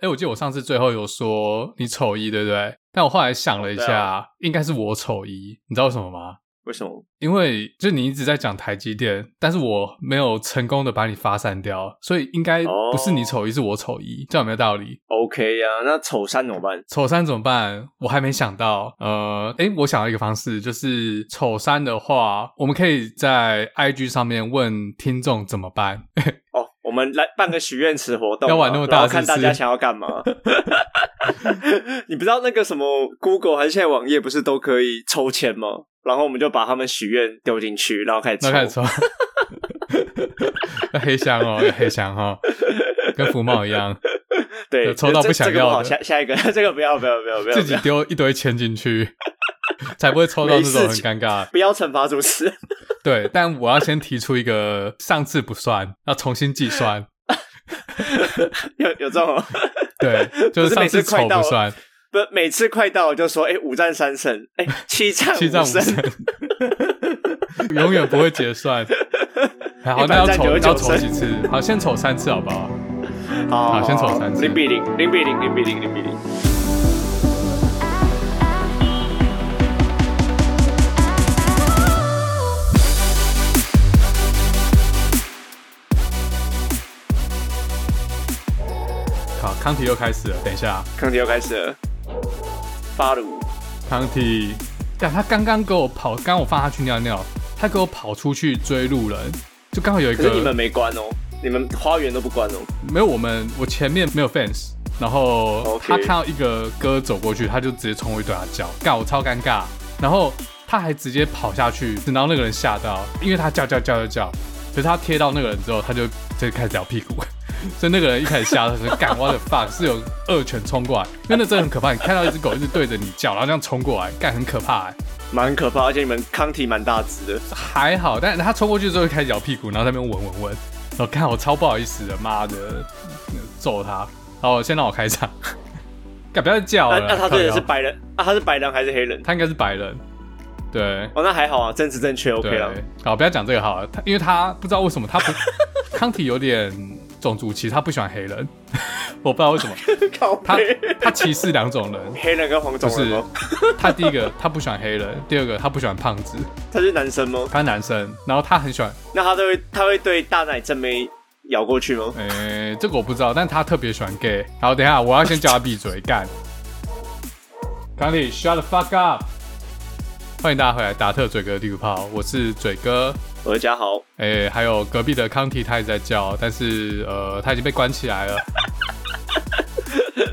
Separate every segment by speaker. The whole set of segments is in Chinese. Speaker 1: 哎、我记得我上次最后有说你丑一，对不对？但我后来想了一
Speaker 2: 对
Speaker 1: 下，
Speaker 2: 啊
Speaker 1: 应该是我丑一，你知道为什么吗？
Speaker 2: 为什么？
Speaker 1: 因为就你一直在讲台积电，但是我没有成功的把你发散掉，所以应该
Speaker 2: 哦
Speaker 1: 不是你丑一，是我丑一，这样有没有道理？
Speaker 2: OK 呀、那丑三怎么办？
Speaker 1: 丑三怎么办？我还没想到。呃，诶，我想到一个方式，就是丑三的话，我们可以在 IG 上面问听众怎么办。
Speaker 2: 哦，我们来办个许愿池活动啊，
Speaker 1: 要玩那么大
Speaker 2: 然后看
Speaker 1: 是不
Speaker 2: 大
Speaker 1: 是
Speaker 2: 家想要干嘛。 你不知道那个什么 Google 还是现在网页不是都可以抽签吗？然后我们就把他们许愿丢进去，然后开始抽。
Speaker 1: 那开始抽， 要黑箱哦，要黑箱哦，跟福茂一样，
Speaker 2: 对，
Speaker 1: 就抽到
Speaker 2: 这
Speaker 1: 不想
Speaker 2: 这个不
Speaker 1: 要
Speaker 2: 好
Speaker 1: 的
Speaker 2: 下下一个， 这个不要不要不要不要，
Speaker 1: 自己
Speaker 2: 不要
Speaker 1: 丢一堆钱进去， 才不会抽到这种
Speaker 2: 没
Speaker 1: 很
Speaker 2: 事
Speaker 1: 尴尬。
Speaker 2: 不要惩罚主持人。
Speaker 1: 对，但我要先提出一个，上次不算，要重新计算。
Speaker 2: 有有这种哦，
Speaker 1: 对，就是
Speaker 2: 不是
Speaker 1: 上
Speaker 2: 每
Speaker 1: 次
Speaker 2: 次快
Speaker 1: 丑
Speaker 2: 到
Speaker 1: 不算，
Speaker 2: 不每次快到我就说，哎、五战三胜，哎、七战
Speaker 1: 七战五
Speaker 2: 胜，
Speaker 1: 胜， 永远不会结算。好，那要
Speaker 2: 100战
Speaker 1: 丑
Speaker 2: 99
Speaker 1: 要丑
Speaker 2: 胜
Speaker 1: 几次？好，先丑三次好不好？
Speaker 2: 好
Speaker 1: 好先抽三次
Speaker 2: 零比零，零比零，零比零，零比零。
Speaker 1: 好，康体又开始了。等一下，
Speaker 2: 康迪又开始了，发鲁，
Speaker 1: 康体，呀，他刚刚给我跑，刚刚我放他去尿尿，他给我跑出去追路人，就刚好有一
Speaker 2: 可是你们
Speaker 1: 个
Speaker 2: 没关哦，你们花园都不关哦。
Speaker 1: 没有我们，我前面没有 fence，然后
Speaker 2: OK
Speaker 1: 他看到一个哥走过去，他就直接冲过去对他叫，干我超尴尬，然后他还直接跑下去，然后那个人吓到，因为他叫叫叫叫叫，可是他贴到那个人之后，他就就开始咬屁股。 所以那个人一开始吓到，他说：“干我的 fuck！” 是有恶犬冲过来，因为那真的很可怕。你看到一只狗一直对着你叫，然后这样冲过来，干很可怕、欸。
Speaker 2: 蛮可怕，而且你们康体蛮大只的，
Speaker 1: 还好，但是他冲过去之后就开始咬屁股，然后在那边闻闻闻，然后看我超不好意思的，妈的，揍他！好，先让我开场， 干不要再叫
Speaker 2: 那
Speaker 1: 了啦。
Speaker 2: 那他这个是
Speaker 1: 靠腰
Speaker 2: 白人啊？他是白人还是黑人？
Speaker 1: 他应该是白人，对
Speaker 2: 哦，那还好啊，政治正确 OK
Speaker 1: 对
Speaker 2: 了。。
Speaker 1: 好，不要讲这个好了，他因为他不知道为什么 他不康体有点种族歧视，他不喜欢黑人， 我不知道为什么
Speaker 2: 靠
Speaker 1: 他
Speaker 2: 背，
Speaker 1: 他歧视两种人，
Speaker 2: 黑人跟黄种
Speaker 1: 就
Speaker 2: 人哦
Speaker 1: 是
Speaker 2: 吗？
Speaker 1: 他第一个他不喜欢黑人，第二个他不喜欢胖子，
Speaker 2: 他是男生吗？
Speaker 1: 他男生，然后他很喜欢
Speaker 2: 那他都会他会对大奶正妹咬过去吗？
Speaker 1: 诶、呃这个我不知道，但他特别喜欢 gay。好，等一下我要先叫他闭嘴，干。康利，shut the fuck up！欢迎大家回来，达特嘴哥地图炮，我是嘴哥。
Speaker 2: 我的家豪，
Speaker 1: 诶、还有隔壁的康体，他也在叫，但是呃，他已经被关起来 了。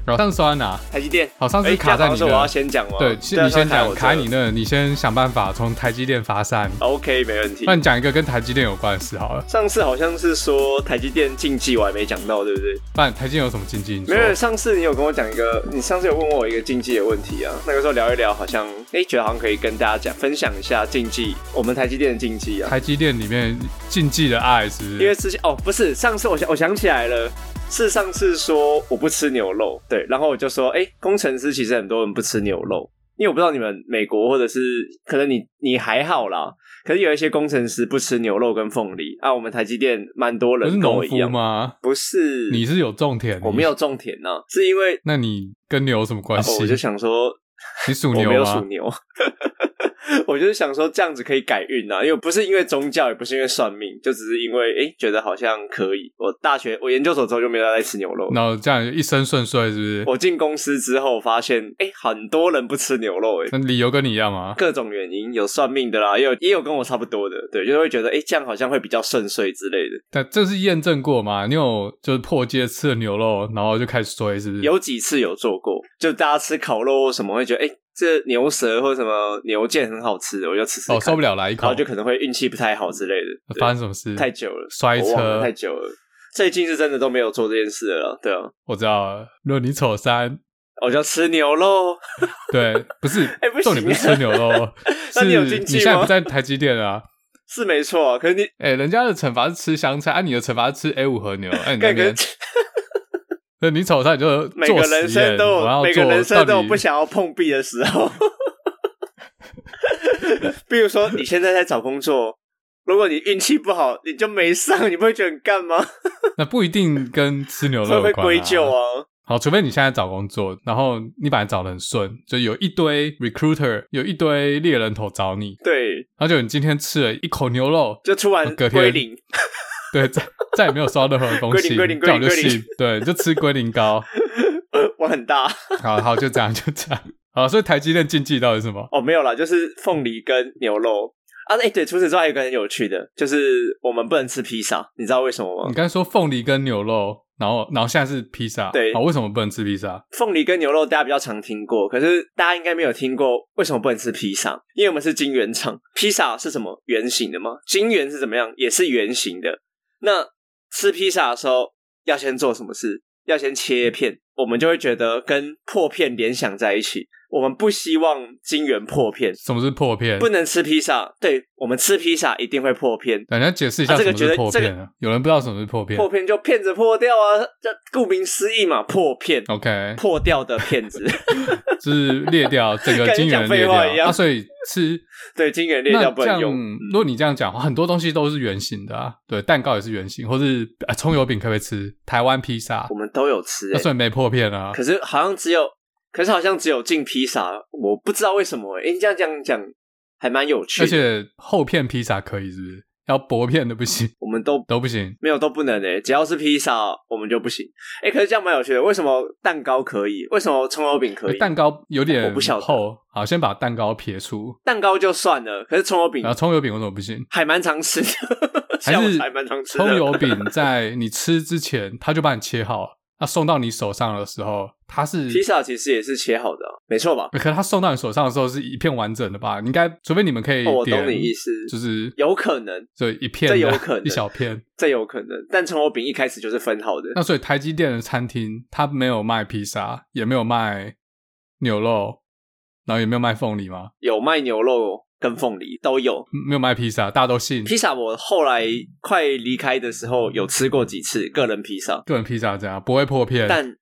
Speaker 1: 然后上次说到哪？
Speaker 2: 台积电。
Speaker 1: 好，上次
Speaker 2: 哎，
Speaker 1: 卡在
Speaker 2: 家豪
Speaker 1: 你
Speaker 2: 是
Speaker 1: 的。
Speaker 2: 我要先讲吗？
Speaker 1: 对，
Speaker 2: 啊
Speaker 1: 先你先
Speaker 2: 他卡
Speaker 1: 讲
Speaker 2: 我
Speaker 1: 卡在
Speaker 2: 这
Speaker 1: 你那，你先想办法从台积电发散。
Speaker 2: OK，没问题
Speaker 1: 那。你讲一个跟台积电有关的事好了。
Speaker 2: 上次好像是说台积电竞技，我还没讲到，对不对？
Speaker 1: 不然台积电有什么经济？你说
Speaker 2: 没有，上次你有跟我讲一个，你上次有问我一个竞技的问题啊，那个时候聊一聊，好像哎、觉得好像可以跟大家讲分享一下竞技，我们台积电的竞技啊，
Speaker 1: 台积电里面竞技的爱是不是？
Speaker 2: 因为之前哦不是上次我想我想起来了，是上次说我不吃牛肉，对，然后我就说哎、工程师其实很多人不吃牛肉，因为我不知道你们美国或者是可能你你还好啦，可是有一些工程师不吃牛肉跟凤梨啊，我们台积电蛮多
Speaker 1: 不是
Speaker 2: 人跟
Speaker 1: 农
Speaker 2: 我一
Speaker 1: 夫
Speaker 2: 样，
Speaker 1: 吗？
Speaker 2: 不是哦
Speaker 1: 你是有种田，
Speaker 2: 我没有，种田呐、是因为。
Speaker 1: 那你跟牛有什么关
Speaker 2: 哦
Speaker 1: 系？
Speaker 2: 我就想说，
Speaker 1: 你属
Speaker 2: 我
Speaker 1: 牛
Speaker 2: 没有属
Speaker 1: 吗？
Speaker 2: 牛， 我就是想说这样子可以改运啊，因为不是因为宗教，也不是因为算命，就只是因为诶觉得好像可以。我大学我研究所之后就没有再吃牛肉了。
Speaker 1: 然后这样一生顺遂，是不是？
Speaker 2: 我进公司之后发现，诶很多人不吃牛肉、诶
Speaker 1: 那理由跟你一样吗？
Speaker 2: 各种原因，有算命的啦，也有也有跟我差不多的，对，就会觉得诶这样好像会比较顺遂之类的。
Speaker 1: 但这是验证过吗？你有就是破戒吃了牛肉，然后就开始衰，是不是？
Speaker 2: 有几次有做过，就大家吃烤肉或什么，会觉得诶这牛舌或什么牛腱很好吃，我就吃吃
Speaker 1: 哦，
Speaker 2: 看，
Speaker 1: 受不了来一
Speaker 2: 然
Speaker 1: 口
Speaker 2: 后就，可能会运气不太好之类的。对
Speaker 1: 发生什么事？
Speaker 2: 太久了，
Speaker 1: 摔
Speaker 2: 我忘了
Speaker 1: 车
Speaker 2: 太久了。最近是真的都没有做这件事了啦，对啊，
Speaker 1: 我知道了。如果你丑三，
Speaker 2: 我就吃牛肉，
Speaker 1: 对，不是
Speaker 2: 哎不行啊
Speaker 1: 重点不是吃牛肉，
Speaker 2: 那
Speaker 1: 是
Speaker 2: 你有进去
Speaker 1: 现在
Speaker 2: 吗
Speaker 1: 不在台积电啊？
Speaker 2: 是没错啊。可是你
Speaker 1: 哎，人家的惩罚是吃香菜，啊，你的惩罚是吃 A 五和牛，哎，你那
Speaker 2: 感觉
Speaker 1: 边。那你瞅他，你就
Speaker 2: 每
Speaker 1: 做
Speaker 2: 个
Speaker 1: 实验
Speaker 2: 人生都
Speaker 1: 我要
Speaker 2: 有每个
Speaker 1: 做
Speaker 2: 人生都
Speaker 1: 到
Speaker 2: 有
Speaker 1: 底
Speaker 2: 不想要碰壁的时候。 比如说你现在在找工作，如果你运气不好，你就没上，你不会觉得很干吗？
Speaker 1: 那不一定跟吃牛
Speaker 2: 会
Speaker 1: 肉
Speaker 2: 不会
Speaker 1: 有关、
Speaker 2: 归咎
Speaker 1: 啊。
Speaker 2: 啊？
Speaker 1: 好，除非你现在找工作，然后你本来找的很顺，就有一堆 recruiter，有一堆猎人头找你，
Speaker 2: 对，
Speaker 1: 然后就你今天吃了一口牛肉，
Speaker 2: 就突然
Speaker 1: 隔天
Speaker 2: 归零，
Speaker 1: 对，再再也没有收到任何东西，
Speaker 2: 龟
Speaker 1: 这
Speaker 2: 苓龟
Speaker 1: 样
Speaker 2: 苓
Speaker 1: 我就
Speaker 2: 龟苓
Speaker 1: 信，对，就吃龟苓膏，
Speaker 2: 我很大
Speaker 1: 好好就这样就这样，好，所以台积电禁忌到底是什么？
Speaker 2: 哦，没有啦，就是凤梨跟牛肉啊。哎、对，除此之外还有一个很有趣的，就是我们不能吃披萨，你知道为什么
Speaker 1: 你
Speaker 2: 吗？
Speaker 1: 刚才说凤梨跟牛肉，然后然后现在是披萨，
Speaker 2: 对
Speaker 1: 好，为什么不能吃披萨？
Speaker 2: 凤梨跟牛肉大家比较常听过，可是大家应该没有听过为什么不能吃披萨，因为我们是金圆厂，披萨是什么圆形的吗？金圆是怎么样？也是圆形的。那吃披萨的时候要先做什么事？要先切片，我们就会觉得跟破片联想在一起。我们不希望金圆破片，
Speaker 1: 什么是破片？
Speaker 2: 不能吃披萨。对我们吃披萨一定会破片，
Speaker 1: 等家解释一下
Speaker 2: 啊这
Speaker 1: 什么
Speaker 2: 个
Speaker 1: 是破
Speaker 2: 觉得
Speaker 1: 片啊？有人不知道什么是破片
Speaker 2: 破片就骗子破掉啊，这顾名思义嘛，破片。
Speaker 1: ？OK，
Speaker 2: 破掉的骗子，
Speaker 1: 就是裂掉整个
Speaker 2: 跟
Speaker 1: 金
Speaker 2: 你讲
Speaker 1: 元裂
Speaker 2: 废话一
Speaker 1: 掉，
Speaker 2: 样
Speaker 1: 啊，所以吃
Speaker 2: 对，金元裂掉
Speaker 1: 那
Speaker 2: 不
Speaker 1: 这样
Speaker 2: 能用。，嗯
Speaker 1: 如果你这样讲，很多东西都是圆形的啊。对，蛋糕也是圆形，或是呃葱油饼可不可以吃？台湾披萨
Speaker 2: 我，们都有吃、
Speaker 1: 那
Speaker 2: 欸，
Speaker 1: 算没破片啊。
Speaker 2: 可是好像只有，可是好像只有进披萨，我不知道为什么、欸。哎、你这样讲讲还蛮有趣的
Speaker 1: 而且厚片披萨可以是不是？要薄片的不行，
Speaker 2: 我们都
Speaker 1: 都不行。
Speaker 2: 没有都不能诶、欸只要是披萨我们就不行。哎、可是这样蛮有趣的，为什么蛋糕可以？为什么葱油饼可
Speaker 1: 哎
Speaker 2: 以？
Speaker 1: 呃蛋糕有点
Speaker 2: 我不晓得
Speaker 1: 厚，好，先把蛋糕撇除，
Speaker 2: 蛋糕就算了，可是葱油饼
Speaker 1: 然后葱油饼为什么不行？
Speaker 2: 还蛮常吃的，
Speaker 1: 还
Speaker 2: 下午
Speaker 1: 是
Speaker 2: 还蛮常吃的。
Speaker 1: 葱油饼在你吃之前，他就把你切好了，那送到你手上的时候，它是呃
Speaker 2: 披萨其实也是切好的啊、没错吧？
Speaker 1: 可是它送到你手上的时候是一片完整的吧？你应该，除非你们可以
Speaker 2: 哦，我
Speaker 1: 点，
Speaker 2: 懂你意思，
Speaker 1: 就是
Speaker 2: 有可能，
Speaker 1: 就一片
Speaker 2: 这
Speaker 1: 的，
Speaker 2: 有可能
Speaker 1: 一小片。
Speaker 2: 这有可能。但葱油饼一开始就是分好的，
Speaker 1: 那所以台积电的餐厅它没有卖披萨，也没有卖牛肉，然后也没有卖凤梨吗？
Speaker 2: 有卖牛肉跟凤梨都有。
Speaker 1: 没有卖披萨，大家都信
Speaker 2: 披萨我后来快离开的时候有吃过几次个人披萨，
Speaker 1: 个人披萨这样不会破片，
Speaker 2: 但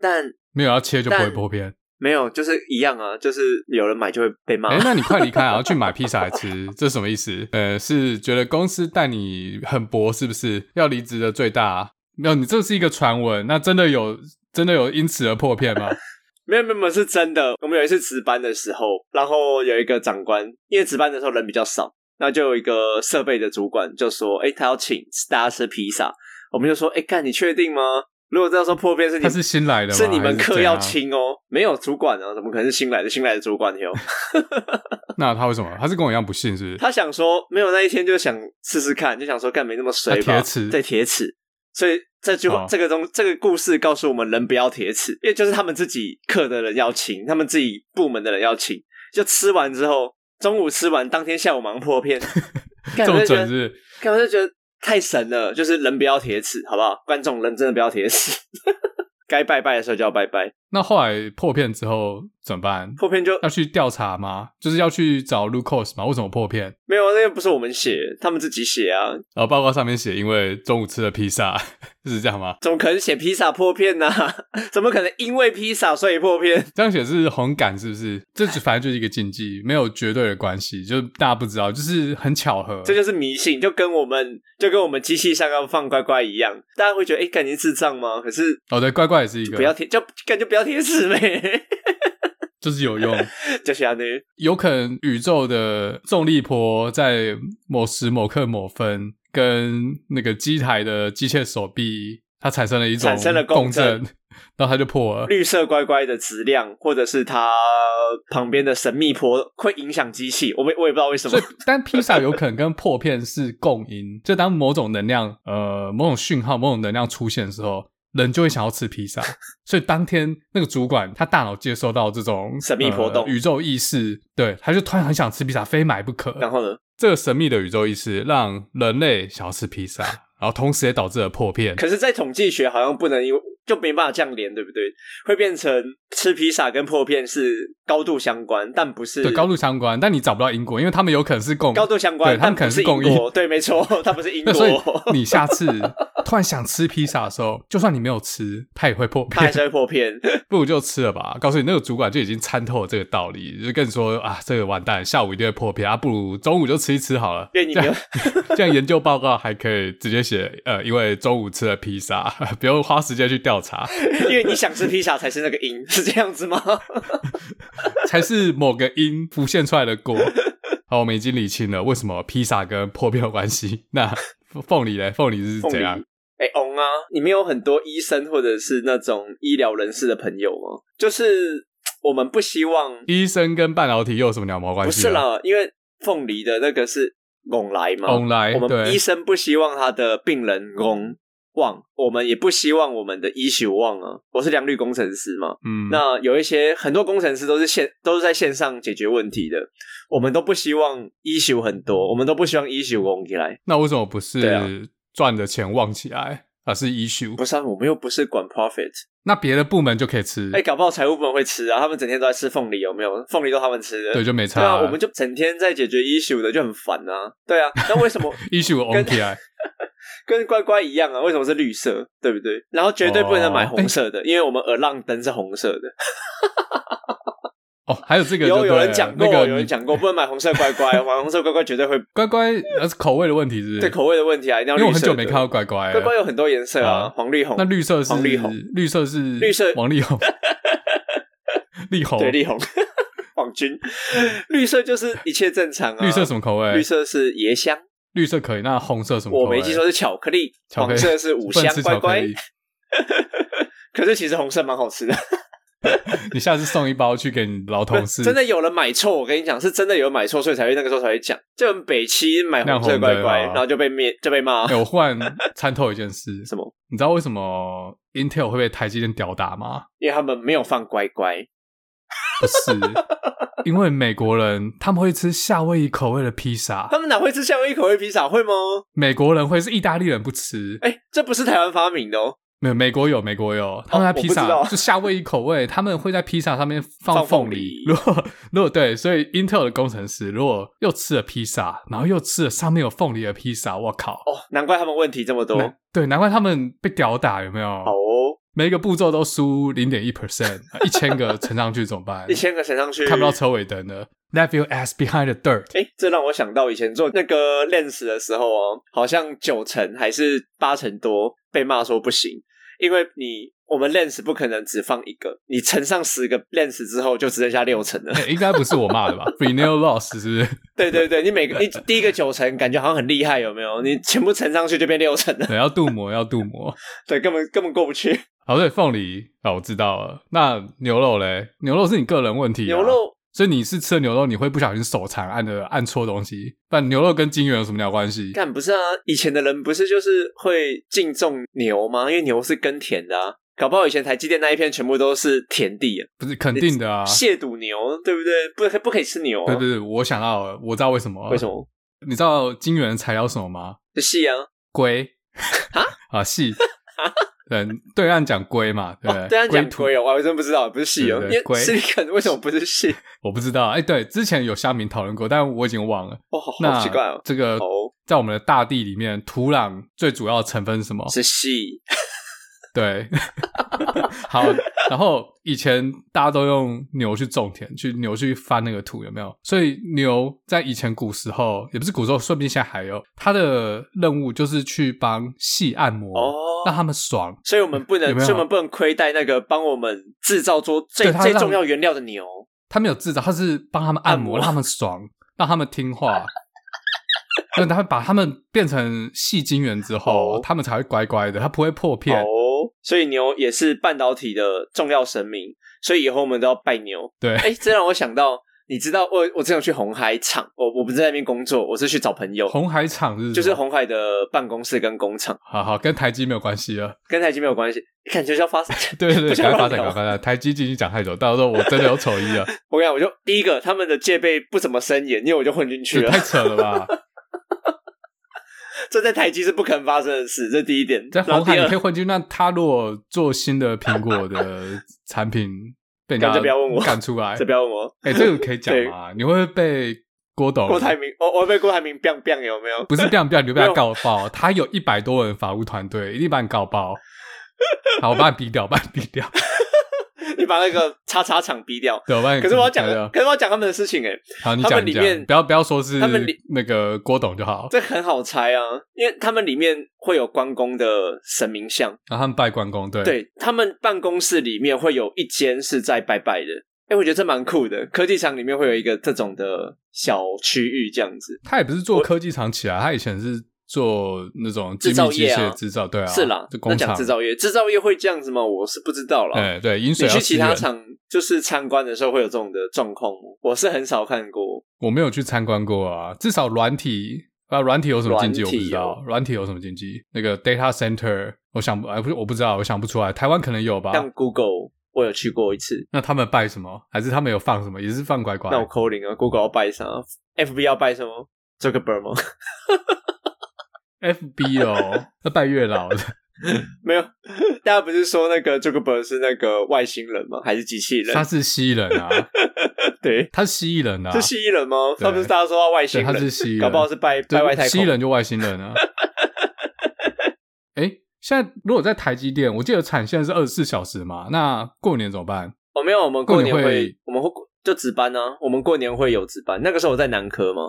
Speaker 2: 但
Speaker 1: 没有要切就不会
Speaker 2: 但
Speaker 1: 破片。
Speaker 2: 没有，就是一样啊，就是有人买就会被骂。
Speaker 1: 哎、那你快离开啊，要去买披萨来吃，这是什么意思？呃，是觉得公司待你很薄，是不是？要离职的最大、啊没有，你这是一个传闻，那真的有真的有因此而破片吗？
Speaker 2: 没有没有没有是真的。我们有一次值班的时候，然后有一个长官，因为值班的时候人比较少，那就有一个设备的主管就说：“哎、他要请大家吃披萨。”我们就说：“哎、干，你确定吗？如果这时候破片是你
Speaker 1: 他是新来的吗？
Speaker 2: 是你们
Speaker 1: 还是
Speaker 2: 课
Speaker 1: 怎样
Speaker 2: 要清哦，没有主管啊，怎么可能是新来的？新来的主管有。”
Speaker 1: 那他为什么？他是跟我一样不信，是不是？
Speaker 2: 他想说没有那一天就想试试看，就想说干没那么水吧，
Speaker 1: 啊铁齿
Speaker 2: 对铁齿。所以这句话、
Speaker 1: 哦
Speaker 2: 这个东这个故事告诉我们，人不要铁齿，因为就是他们自己课的人要请，他们自己部门的人要请。就吃完之后，中午吃完，当天下午忙 破片，
Speaker 1: 这
Speaker 2: 干我
Speaker 1: 么
Speaker 2: 就觉
Speaker 1: 准是
Speaker 2: 得
Speaker 1: 不是？
Speaker 2: 干我就觉得太神了，就是人不要铁齿，好不好？观众人真的不要铁齿， 该拜拜的时候就要拜拜。
Speaker 1: 那后来破片之后怎么办？
Speaker 2: 破片就
Speaker 1: 要去调查吗？就是要去找 l u c o s 吗？为什么破片？
Speaker 2: 没有，那个不是我们写，他们自己写啊，
Speaker 1: 然后报告上面写，因为中午吃了披萨， 是这样吗？
Speaker 2: 怎么可能写披萨破片呢、 怎么可能因为披萨所以破片？
Speaker 1: 这样写是红感是不是？这
Speaker 2: 哎
Speaker 1: 只反正就是一个禁忌，没有绝对的关系，就是大家不知道，就是很巧合。
Speaker 2: 这就是迷信，就跟我们就跟我们机器上要放乖乖一样，大家会觉得哎，感、觉智障吗？可是
Speaker 1: 哦，对，怪怪也是一个，
Speaker 2: 不要贴，就感觉不要贴纸呗，
Speaker 1: 就是有用。
Speaker 2: 就是啊，那
Speaker 1: 有可能宇宙的重力波在某时某刻某分跟那个机台的机械手臂，它产生了一种
Speaker 2: 产生了
Speaker 1: 共
Speaker 2: 共
Speaker 1: 振
Speaker 2: 振，
Speaker 1: 然后它就破了。
Speaker 2: 绿色乖乖的质量，或者是它旁边的神秘坡会影响机器，我们我也不知道为什
Speaker 1: 所
Speaker 2: 么
Speaker 1: 以，但披萨有可能跟破片是共音， 就当某种能量、呃某种讯号、某种能量出现的时候，人就会想要吃披 萨。所以当天那个主管他大脑接收到这种
Speaker 2: 神秘波动
Speaker 1: 呃宇宙意识，对，他就突然很想吃披萨，非买不可。
Speaker 2: 然后呢，
Speaker 1: 这个神秘的宇宙意识让人类想要吃披 萨，然后同时也导致了破片。
Speaker 2: 可是，在统计学好像不能因为就没办法这样连，对不对？会变成吃披萨跟破片是高度相关，但不是
Speaker 1: 对，高度相关，但你找不到因果，因为他们有可能是共
Speaker 2: 高度相关，
Speaker 1: 对他们
Speaker 2: 但
Speaker 1: 可能
Speaker 2: 不是
Speaker 1: 是共
Speaker 2: 英
Speaker 1: 因
Speaker 2: 国， 对，没 错，它不是英
Speaker 1: 那
Speaker 2: 国，
Speaker 1: 所以你下次突然想吃披萨的时候，就算你没有吃，它也会破
Speaker 2: 它还
Speaker 1: 片
Speaker 2: 是。会破片。
Speaker 1: 不如就吃了吧。告诉你，那个主管就已经参透了这个道理，就跟你说啊，这个完蛋，下午一定会破片啊，不如中午就吃一吃好了。
Speaker 2: 因为你没有，
Speaker 1: 这样研究报告还可以直接写，呃，因为中午吃了披萨，不用花时间去调调查，
Speaker 2: 因为你想吃披萨才是那个音， 是这样子吗？
Speaker 1: 才是某个音浮现出来的果。 好，我们已经理清了为什么披萨跟破冰有关系。那凤梨嘞？凤梨是
Speaker 2: 凤
Speaker 1: 怎
Speaker 2: 梨
Speaker 1: 样？
Speaker 2: 哎、翁啊，你们有很多医生或者是那种医疗人士的朋友吗？就是我们不希望
Speaker 1: 医生跟半导体又有什么鸟毛关
Speaker 2: 不
Speaker 1: 系
Speaker 2: 是
Speaker 1: 啊？
Speaker 2: 啦，因为凤梨的那个是拱来嘛，
Speaker 1: 翁来
Speaker 2: 我们
Speaker 1: 对
Speaker 2: 医生不希望他的病人拱忘，我们也不希望我们的医学忘啊。我是良率工程师嘛，
Speaker 1: 嗯，
Speaker 2: 那有一些很多工程师都是线都是在线上解决问题的，我们都不希望医学很多，我们都不希望医学拱起来。
Speaker 1: 那为什么不
Speaker 2: 对啊
Speaker 1: 是赚的钱旺起来，而是 issue？
Speaker 2: 不是、啊，我们又不是管 profit，
Speaker 1: 那别的部门就可以吃
Speaker 2: 哎、，搞不好财务部门会吃啊，他们整天都在吃凤梨，有没有？凤梨都他们吃的，
Speaker 1: 对，就没差
Speaker 2: 对啊，
Speaker 1: 了。
Speaker 2: 我们就整天在解决 issue 的，就很烦啊。对啊，那为什么
Speaker 1: issue
Speaker 2: 跟
Speaker 1: on 起来，
Speaker 2: 跟乖乖一样啊，为什么是绿色，对不对？然后绝对不能买红色的，因为我们耳浪灯是红色的。
Speaker 1: 哦，还有这个就
Speaker 2: 有
Speaker 1: 对
Speaker 2: 有人
Speaker 1: 了
Speaker 2: 讲过，
Speaker 1: 那个
Speaker 2: 有人
Speaker 1: 你
Speaker 2: 讲过，不能买红色乖 乖，买红色乖乖绝对会
Speaker 1: 乖乖，那是口味的问题是不是？
Speaker 2: 对口味的问题啊，一定要
Speaker 1: 因
Speaker 2: 绿
Speaker 1: 为
Speaker 2: 色的。
Speaker 1: 我很久没看到乖乖了。
Speaker 2: 乖乖有很多颜色啊，
Speaker 1: 哎啊
Speaker 2: 黄绿红。
Speaker 1: 那绿色是
Speaker 2: 黄绿红
Speaker 1: 绿色是
Speaker 2: 绿色
Speaker 1: 王力 宏，力宏
Speaker 2: 对绿红 网军，绿色就是一切正常啊。
Speaker 1: 绿色什么口味？
Speaker 2: 绿色是椰香，
Speaker 1: 绿色可以，那红色什么口味？
Speaker 2: 我没记错是巧克力，
Speaker 1: 巧克
Speaker 2: 黄
Speaker 1: 力
Speaker 2: 色是五
Speaker 1: 不能
Speaker 2: 香
Speaker 1: 吃
Speaker 2: 乖
Speaker 1: 巧克
Speaker 2: 乖。
Speaker 1: 力。
Speaker 2: 可是其实红色蛮好吃的，
Speaker 1: 你下次送一包去给你老同事，
Speaker 2: 真的有人买错，我跟你讲，是真的有人买错，所以才会那个时候才会讲，就很北七买红
Speaker 1: 那
Speaker 2: 色乖
Speaker 1: 红的
Speaker 2: 乖，
Speaker 1: 啊
Speaker 2: 然后就被灭就被骂
Speaker 1: 哎、我忽然参透一件事，
Speaker 2: 什么？
Speaker 1: 你知道为什么 Intel 会被台积电吊打吗？
Speaker 2: 因为他们没有放乖乖，
Speaker 1: 不是，因为美国人他们会吃夏威夷口味的披萨
Speaker 2: 他，们哪会吃夏威夷口味披萨会吗？
Speaker 1: 美国人会是意大利人不吃，
Speaker 2: 哎、这不是台湾发明的哦，
Speaker 1: 没有美国有美国有，他们在披萨、
Speaker 2: 我不知道
Speaker 1: 就夏威夷口味，他们会在披萨上面
Speaker 2: 放
Speaker 1: 放
Speaker 2: 凤
Speaker 1: 凤梨
Speaker 2: 梨。
Speaker 1: 如果如果对，所以 Intel 的工程师如果又吃了披萨，然后又吃了上面有凤梨的披萨，我靠！
Speaker 2: 哦，难怪他们问题这么多。
Speaker 1: 难对，难怪他们被屌打，有没有？
Speaker 2: 好哦，
Speaker 1: 每一个步骤都输零点一 percent，一千个乘上去怎么办？
Speaker 2: 一千个乘上去
Speaker 1: 看不到车尾灯了。Left your ass behind the dirt。
Speaker 2: 哎、这让我想到以前做那个 lens 的时候哦，好像九成还是八成多被骂说不行，因为你我们 lens 不可能只放一个，你乘上十个 lens 之后就只剩下六成了。
Speaker 1: 哎应该不是我骂的吧 f r e n e l loss 是 不是？
Speaker 2: 对对对，你每个你第一个九成感觉好像很厉害，有没有？你全部乘上去就变六成了，
Speaker 1: 对，要镀膜，要镀膜。
Speaker 2: 对，根本根本过不去。
Speaker 1: 好，对，凤梨啊、哦我知道了。那牛肉嘞？牛肉是你个人问题、啊
Speaker 2: 牛，肉
Speaker 1: 所以你是吃了牛肉，你会不小心手残按的按错东西。但牛肉跟金元有什么鸟关系？
Speaker 2: 干不是啊，以前的人不是就是会敬重牛吗？因为牛是耕田的啊。搞不好以前台积电那一片全部都是田地啊，
Speaker 1: 不是肯定的啊。
Speaker 2: 亵渎牛，对不对？不可不可以吃牛、啊，
Speaker 1: 对对对，我想到了，我知道为什么。
Speaker 2: 为什？么？
Speaker 1: 你知道金元的材料是什么吗？
Speaker 2: 是夕阳
Speaker 1: 龟啊，细。对，对岸讲龟嘛，对不
Speaker 2: 哦，对啊，讲
Speaker 1: 土
Speaker 2: 龟哦，我还真不知道，不是戏哦，
Speaker 1: 对对
Speaker 2: 因
Speaker 1: 对
Speaker 2: 为
Speaker 1: 龟
Speaker 2: 斯里肯为什么不是戏？
Speaker 1: 我不知道。哎，对，之前有乡民讨论过，但我已经忘了。
Speaker 2: 哦，好
Speaker 1: 那
Speaker 2: 好奇怪哦，
Speaker 1: 这个
Speaker 2: 哦
Speaker 1: 在我们的大地里面，土壤最主要的成分是什么？
Speaker 2: 是戏，
Speaker 1: 对， 好。然后以前大家都用牛去种田，去牛去翻那个土，有没有？所以牛在以前古时候，也不是古时候，说不定现在还有，它的任务就是去帮细按摩，
Speaker 2: 哦
Speaker 1: 让他们爽。
Speaker 2: 所以我们不能
Speaker 1: 有，没有
Speaker 2: 所以我们不能亏待那个帮我们制造出最
Speaker 1: 对它
Speaker 2: 最
Speaker 1: 让
Speaker 2: 重要原料的牛。
Speaker 1: 他没有制造，他是帮他们按摩，
Speaker 2: 按摩
Speaker 1: 让他们爽，让他们听 话。那他会把他们变成细精元之后
Speaker 2: 哦
Speaker 1: 他们才会乖乖的，他不会破片。
Speaker 2: 哦，所以牛也是半导体的重要神明，所以以后我们都要拜牛。
Speaker 1: 对
Speaker 2: 哎，这让我想到，你知道，我我之前有去红海厂，我我不是在那边工作，我是去找朋友，
Speaker 1: 红海厂是什么
Speaker 2: 哦就是红海的办公室跟工厂，
Speaker 1: 好好跟台积没有关系了。
Speaker 2: 跟台积没有关系，感觉就要发生。
Speaker 1: 对对
Speaker 2: 不
Speaker 1: 对，
Speaker 2: 想
Speaker 1: 赶快发
Speaker 2: 乱
Speaker 1: 展，赶
Speaker 2: 聊
Speaker 1: 快发展。台积已经讲太久，到时候我真的有丑一了，
Speaker 2: 我跟你讲，我就第一个，他们的戒备不怎么森严，因为我就混进 去
Speaker 1: 这
Speaker 2: 了
Speaker 1: 太。扯了吧？
Speaker 2: 这在台积是不可能发生的事，这第一点。
Speaker 1: 在
Speaker 2: 然
Speaker 1: 红
Speaker 2: 后第
Speaker 1: 海
Speaker 2: 二
Speaker 1: 你可以混进，那他如果做新的苹果的产品，被人
Speaker 2: 干
Speaker 1: 家
Speaker 2: 这不要问我
Speaker 1: 赶出来
Speaker 2: 这，不要问我，
Speaker 1: 哎，这个可以讲
Speaker 2: 对
Speaker 1: 吗？你会被郭董
Speaker 2: 郭台铭，我我被郭台铭 biang biang 有没有？
Speaker 1: 哦 不是 biang biang，你就被他告爆。他有一百多 人法务团队，一定把你告爆。好，我把你逼掉，把你逼掉。
Speaker 2: 你把那个叉叉厂逼掉。
Speaker 1: 对，我帮你
Speaker 2: 可是我要讲
Speaker 1: 对
Speaker 2: 的，
Speaker 1: 啊
Speaker 2: 可是我要讲他们的事情哎、
Speaker 1: 好，你
Speaker 2: 他们
Speaker 1: 讲你
Speaker 2: 里
Speaker 1: 讲
Speaker 2: 面
Speaker 1: 不要不要说是
Speaker 2: 他们里
Speaker 1: 那个郭董就好，
Speaker 2: 这很好猜啊，因为他们里面会有关公的神明像，
Speaker 1: 然后他们拜关公，对，
Speaker 2: 对他们办公室里面会有一间是在拜拜的。哎、我觉得这蛮酷的。科技厂里面会有一个这种的小区域，这样子、
Speaker 1: 他也不是做科技厂起来，他以前是做那种精
Speaker 2: 制造
Speaker 1: 密机
Speaker 2: 业啊
Speaker 1: 械制造，对啊，
Speaker 2: 是啦
Speaker 1: 就。工
Speaker 2: 那讲
Speaker 1: 厂
Speaker 2: 制，造业，制造业会这样子吗？我是不知道啦。
Speaker 1: 哎，对，饮水
Speaker 2: 你
Speaker 1: 要
Speaker 2: 去其
Speaker 1: 吃
Speaker 2: 他
Speaker 1: 人
Speaker 2: 厂就是参观的时候会有这种的状况吗，我是很少看过。
Speaker 1: 我没有去参观过啊，至少软体啊，软体有什么禁忌我
Speaker 2: 软
Speaker 1: 不
Speaker 2: 体
Speaker 1: 知道
Speaker 2: 哦，
Speaker 1: 软体有什么禁忌？那个 data center，我想不，哎，不是，我不知道，我想不出来，台湾可能有吧？
Speaker 2: 像 Google，我有去过一次，
Speaker 1: 那他们拜什么？还是他们有放什么？也是放乖乖？
Speaker 2: 那我扣零啊，Google 要拜啥？FB 要拜什么？Zuckerberg 吗？
Speaker 1: FB 哦，那拜月老的，
Speaker 2: 没有， 大家不是说那个 Zuckerberg 是那个外星人吗？还是机器人
Speaker 1: 他？是蜥蜴人啊，
Speaker 2: 对，
Speaker 1: 他是蜥蜴人啊，
Speaker 2: 是蜥蜴人吗？
Speaker 1: 对
Speaker 2: 他不是大家说他外
Speaker 1: 对，
Speaker 2: 星
Speaker 1: 他是
Speaker 2: 人，
Speaker 1: 蜥蜴人，
Speaker 2: 搞不好是拜
Speaker 1: 对
Speaker 2: 拜外太
Speaker 1: 蜥蜴
Speaker 2: 空。
Speaker 1: 人就外星人 啊。哎、现在如果在台积电，我记得产线是二十四小时嘛，那过年怎么办？
Speaker 2: 哦，没有，我们过年
Speaker 1: 过年
Speaker 2: 会
Speaker 1: 会，
Speaker 2: 我们会就值班呢、我们过年会有值班。那个时候我在南科嘛，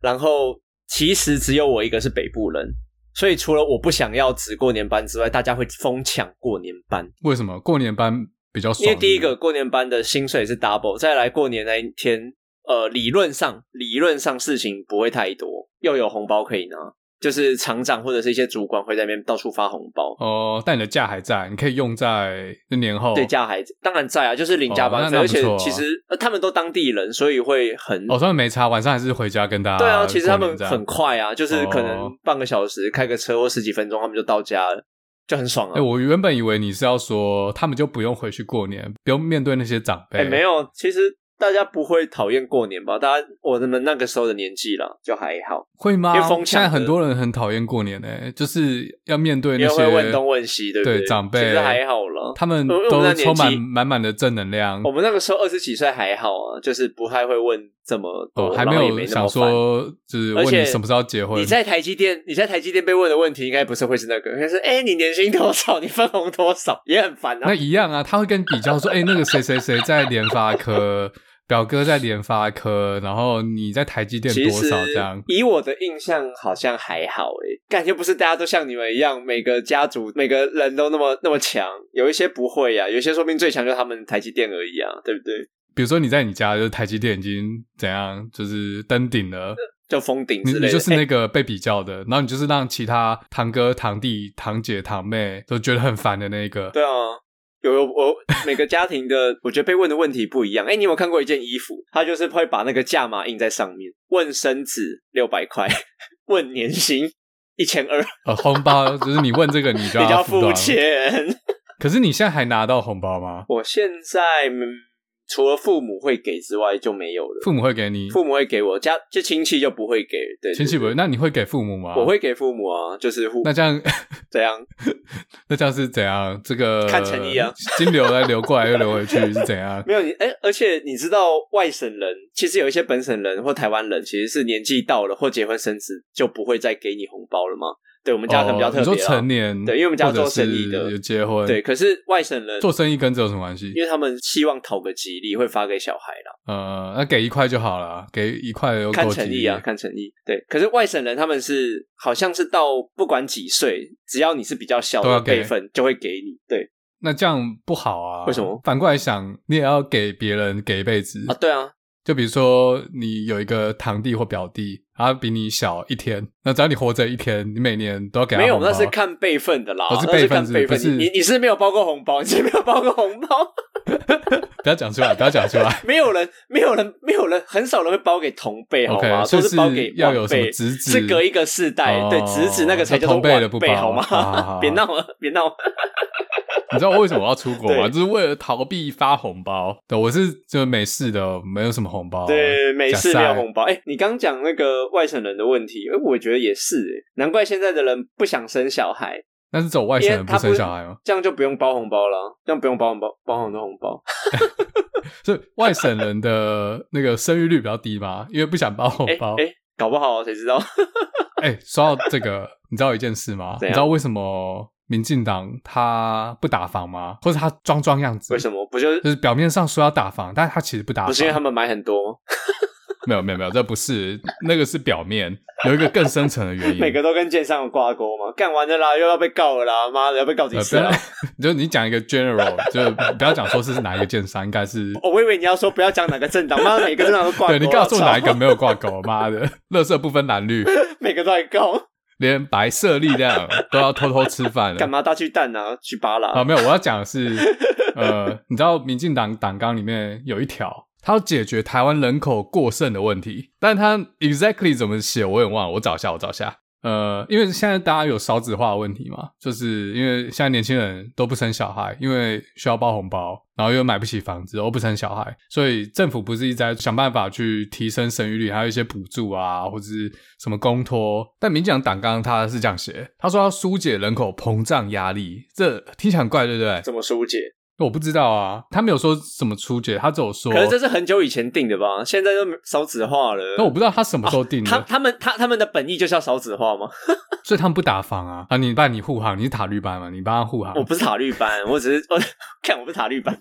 Speaker 2: 然后其实只有我一个是北部人，所以除了我不想要值过年班之外，大家会疯抢过年班。
Speaker 1: 为什么过年班比较爽？
Speaker 2: 因为第一
Speaker 1: 是
Speaker 2: 个
Speaker 1: 不
Speaker 2: 过年班的薪水是 double，再来过年那一天，呃，理论上理论上事情不会太多，又有红包可以拿，就是厂长或者是一些主管会在那边到处发红包。
Speaker 1: 是哦，但你的假还在，你可以用在年后。
Speaker 2: 对，加孩子当然在啊，就是领加
Speaker 1: 哦那
Speaker 2: 班费，
Speaker 1: 那
Speaker 2: 而
Speaker 1: 不
Speaker 2: 且
Speaker 1: 错啊
Speaker 2: 其实、呃他们都当地人，所以会很、
Speaker 1: 哦，他们没差，晚上还是回家跟大家。
Speaker 2: 对啊，其实他们很。快啊，就是可能
Speaker 1: 哦
Speaker 2: 半个小时开个车或十几分钟，他们就到家了，就很爽啊。
Speaker 1: 哎、我原本以为你是要说他们就不用回去过年，不用面对那些长辈。
Speaker 2: 哎、没有，其实大家不会讨厌过年吧？大家我们那个时候的年纪啦，就还好。
Speaker 1: 会吗
Speaker 2: 因为风？
Speaker 1: 现
Speaker 2: 向
Speaker 1: 在
Speaker 2: 的
Speaker 1: 很多人很讨厌过年呢、欸就是要面对那
Speaker 2: 因为
Speaker 1: 些
Speaker 2: 会问东问西，对不
Speaker 1: 对
Speaker 2: 对？
Speaker 1: 长辈
Speaker 2: 其实还好了。
Speaker 1: 他们
Speaker 2: 因为我
Speaker 1: 都
Speaker 2: 们那年
Speaker 1: 充满
Speaker 2: 纪哦
Speaker 1: 满满的正能量
Speaker 2: 我。们那个时候二十几岁还好啊，就是不太会问这么多，
Speaker 1: 哦，还
Speaker 2: 然后也
Speaker 1: 有
Speaker 2: 没那
Speaker 1: 想
Speaker 2: 么烦。
Speaker 1: 说，就是
Speaker 2: 而
Speaker 1: 问
Speaker 2: 且
Speaker 1: 你什么时候结婚？
Speaker 2: 你在台积电，你在台积电被问的问题，应该不是会是那个，应该是哎、你年薪多少？你 分红多少？也很烦
Speaker 1: 那
Speaker 2: 啊。
Speaker 1: 一样啊，他会跟你比较 说，哎、那个谁谁谁在联发科，表哥在联发科，然后你在台积电
Speaker 2: 其
Speaker 1: 多
Speaker 2: 实
Speaker 1: 少这样？
Speaker 2: 以我的印象，好像还好诶、感觉不是大家都像你们一样，每个家族每个人都那么那么强，有一些不会呀、啊，有一些说不定最强就是他们台积电而已啊，对不对？
Speaker 1: 比如说你在你家，就是台积电已经怎样，就是登顶了，
Speaker 2: 就封顶
Speaker 1: 你
Speaker 2: 之类的。
Speaker 1: 你就是
Speaker 2: 哎
Speaker 1: 那个被比较的，然后你就是让其他堂哥、堂弟、堂姐、堂妹都觉得很烦的那个。
Speaker 2: 对啊，有有我每个家庭的，我觉得被问的问题不一样。哎、你有没有看过一件衣服？它就是会把那个价码印在上面，问生子六百块， 问年薪一千二，你
Speaker 1: 呃，红包就是你问这个， 你就
Speaker 2: 就要
Speaker 1: 要付
Speaker 2: 付
Speaker 1: 多少。
Speaker 2: 钱。
Speaker 1: 可是你现在还拿到红包吗？
Speaker 2: 我现在、嗯除了父母会给之外就没有了，
Speaker 1: 父母会给你，
Speaker 2: 父母会给我家，就亲戚就不会给，对
Speaker 1: 亲戚不
Speaker 2: 不
Speaker 1: 会？那你会给父母吗？
Speaker 2: 我。会给父母啊，就是父
Speaker 1: 那这样，
Speaker 2: 这样，
Speaker 1: 那这样是怎样？这个
Speaker 2: 看诚意啊，
Speaker 1: 金流来流过来又流回去是怎 样？
Speaker 2: 没有你，哎、而且你知道外省人，其实有一些本省人或台湾人，其实是年纪到了或结婚生子就不会再给你红包了吗？对我们家可能比较特
Speaker 1: 哦、你
Speaker 2: 别
Speaker 1: 说
Speaker 2: 啊、
Speaker 1: 成年，
Speaker 2: 对因为我们家
Speaker 1: 或者
Speaker 2: 做生意的
Speaker 1: 是有结婚，
Speaker 2: 对，，可是外省人，
Speaker 1: 做生意跟这有什么关系？
Speaker 2: 因为他们希望讨个吉利，会发给小孩啦，
Speaker 1: 呃，那给一块就好了，给一块又
Speaker 2: 看
Speaker 1: 够
Speaker 2: 诚
Speaker 1: 吉
Speaker 2: 意啊，看诚意。对，可是外省人他们是好像是到不管几岁，只要你是比较小
Speaker 1: 都要
Speaker 2: 的
Speaker 1: 给
Speaker 2: 辈分，就会给你。对
Speaker 1: 那这样不好啊？
Speaker 2: 为什么
Speaker 1: 反过来想，你也要给别人给一辈子
Speaker 2: 啊，对啊，
Speaker 1: 就比如说，你有一个堂弟或表弟，他比你小一天，那只要你活着一天，你每年都要给他
Speaker 2: 没有，
Speaker 1: 红包啊
Speaker 2: 那是看辈分的啦，
Speaker 1: 哦是
Speaker 2: 那
Speaker 1: 辈分
Speaker 2: 看
Speaker 1: 是
Speaker 2: 辈
Speaker 1: 不
Speaker 2: 分。
Speaker 1: 是
Speaker 2: 你你你是没有包过红包，你是没有包过红包。 。
Speaker 1: 不要讲出来，不要讲出来
Speaker 2: 没有人，没有人，没有人，很少人会包 给同辈，好
Speaker 1: OK，
Speaker 2: 吗？
Speaker 1: 所
Speaker 2: 都
Speaker 1: 以
Speaker 2: 是包给
Speaker 1: 要有什么
Speaker 2: 晚辈
Speaker 1: 侄子，
Speaker 2: 是隔一个世代，
Speaker 1: 哦
Speaker 2: 对侄子那个才叫做
Speaker 1: 同辈的
Speaker 2: 晚
Speaker 1: 不
Speaker 2: 辈，
Speaker 1: 包啊
Speaker 2: 好吗？
Speaker 1: 好好好
Speaker 2: 别闹了，别闹了。
Speaker 1: 你知道为什么我要出国吗？
Speaker 2: 对
Speaker 1: 就是为了逃避发红包。对，我是就美式的，没有什么红包。
Speaker 2: 对，没事
Speaker 1: 哦假
Speaker 2: 没
Speaker 1: 赛
Speaker 2: 有红包。哎，你刚讲那个外省人的问题，哎，我觉得也是，哎，难怪现在的人不想生小孩，
Speaker 1: 但是走外省
Speaker 2: 因
Speaker 1: 人
Speaker 2: 为
Speaker 1: 不
Speaker 2: 他
Speaker 1: 生小孩吗？
Speaker 2: 这样就不用包红包了，这样不用包红包，包很多红包。
Speaker 1: 所以外省人的那个生育率比较低嘛，因为不想包红
Speaker 2: 哎
Speaker 1: 包。
Speaker 2: 哎， 搞不好谁知道？
Speaker 1: 哎、说到这个，你知道一件事吗？
Speaker 2: 怎
Speaker 1: 你
Speaker 2: 样
Speaker 1: 知道为什么民进党他不打防吗？或者他装装样子？
Speaker 2: 为什么不就是
Speaker 1: 就是表面上说要打防，但他其实不打
Speaker 2: 不
Speaker 1: 防。
Speaker 2: 是因为他们买很多，
Speaker 1: 没有没有没有，这不是那个是表面，有一个更深层的原因。
Speaker 2: 每个都跟建商有挂钩嘛？干完的啦，又要被告了啦，妈的要被告几
Speaker 1: 呃，不
Speaker 2: 次了
Speaker 1: 要？， 就你讲一个 general，就不要讲说是哪一个建商，应该是
Speaker 2: 哦， 我以为你要说不要讲哪个 政党，妈的每个政党都挂钩
Speaker 1: 对
Speaker 2: 啊。
Speaker 1: 你告诉我
Speaker 2: 操
Speaker 1: 哪一个没有挂钩？妈的，乐色不分蓝绿，
Speaker 2: 每个都来告，
Speaker 1: 连白色力量都要偷偷吃饭
Speaker 2: 干
Speaker 1: 了。
Speaker 2: 嘛大巨蛋啊？去巴
Speaker 1: 啊，
Speaker 2: 拉，
Speaker 1: 没有，我要讲的是，呃，你知道民进党党纲里面有一条，它要解决台湾人口过剩的问题，但它 exactly 怎么写我也忘了，我找一下，我找一下。呃，因为现在大家有少子化的问题嘛，就是因为现在年轻人都不生小孩，因为需要包红包，然后又买不起房子，又不生小孩，所以政府不是一直在想办法去提升生育率，还有一些补助啊，或者是什么公托。但民进党党纲他是这样写，他说要疏解人口膨胀压力，这听起来很怪，对不对？
Speaker 2: 怎么疏解？
Speaker 1: 我不知道啊，他没有说什么疏解，他只有说，
Speaker 2: 可是这是很久以前定的吧？现在都少子化了。
Speaker 1: 但我不知道他什么时候定的。
Speaker 2: 啊他他们他他们的本意就是要少子 化吗？
Speaker 1: 所以他们不打防啊啊！你帮你护航，你是塔绿班嘛？你帮他护航
Speaker 2: 我。不是塔绿班，我只是 我看我不是塔绿班，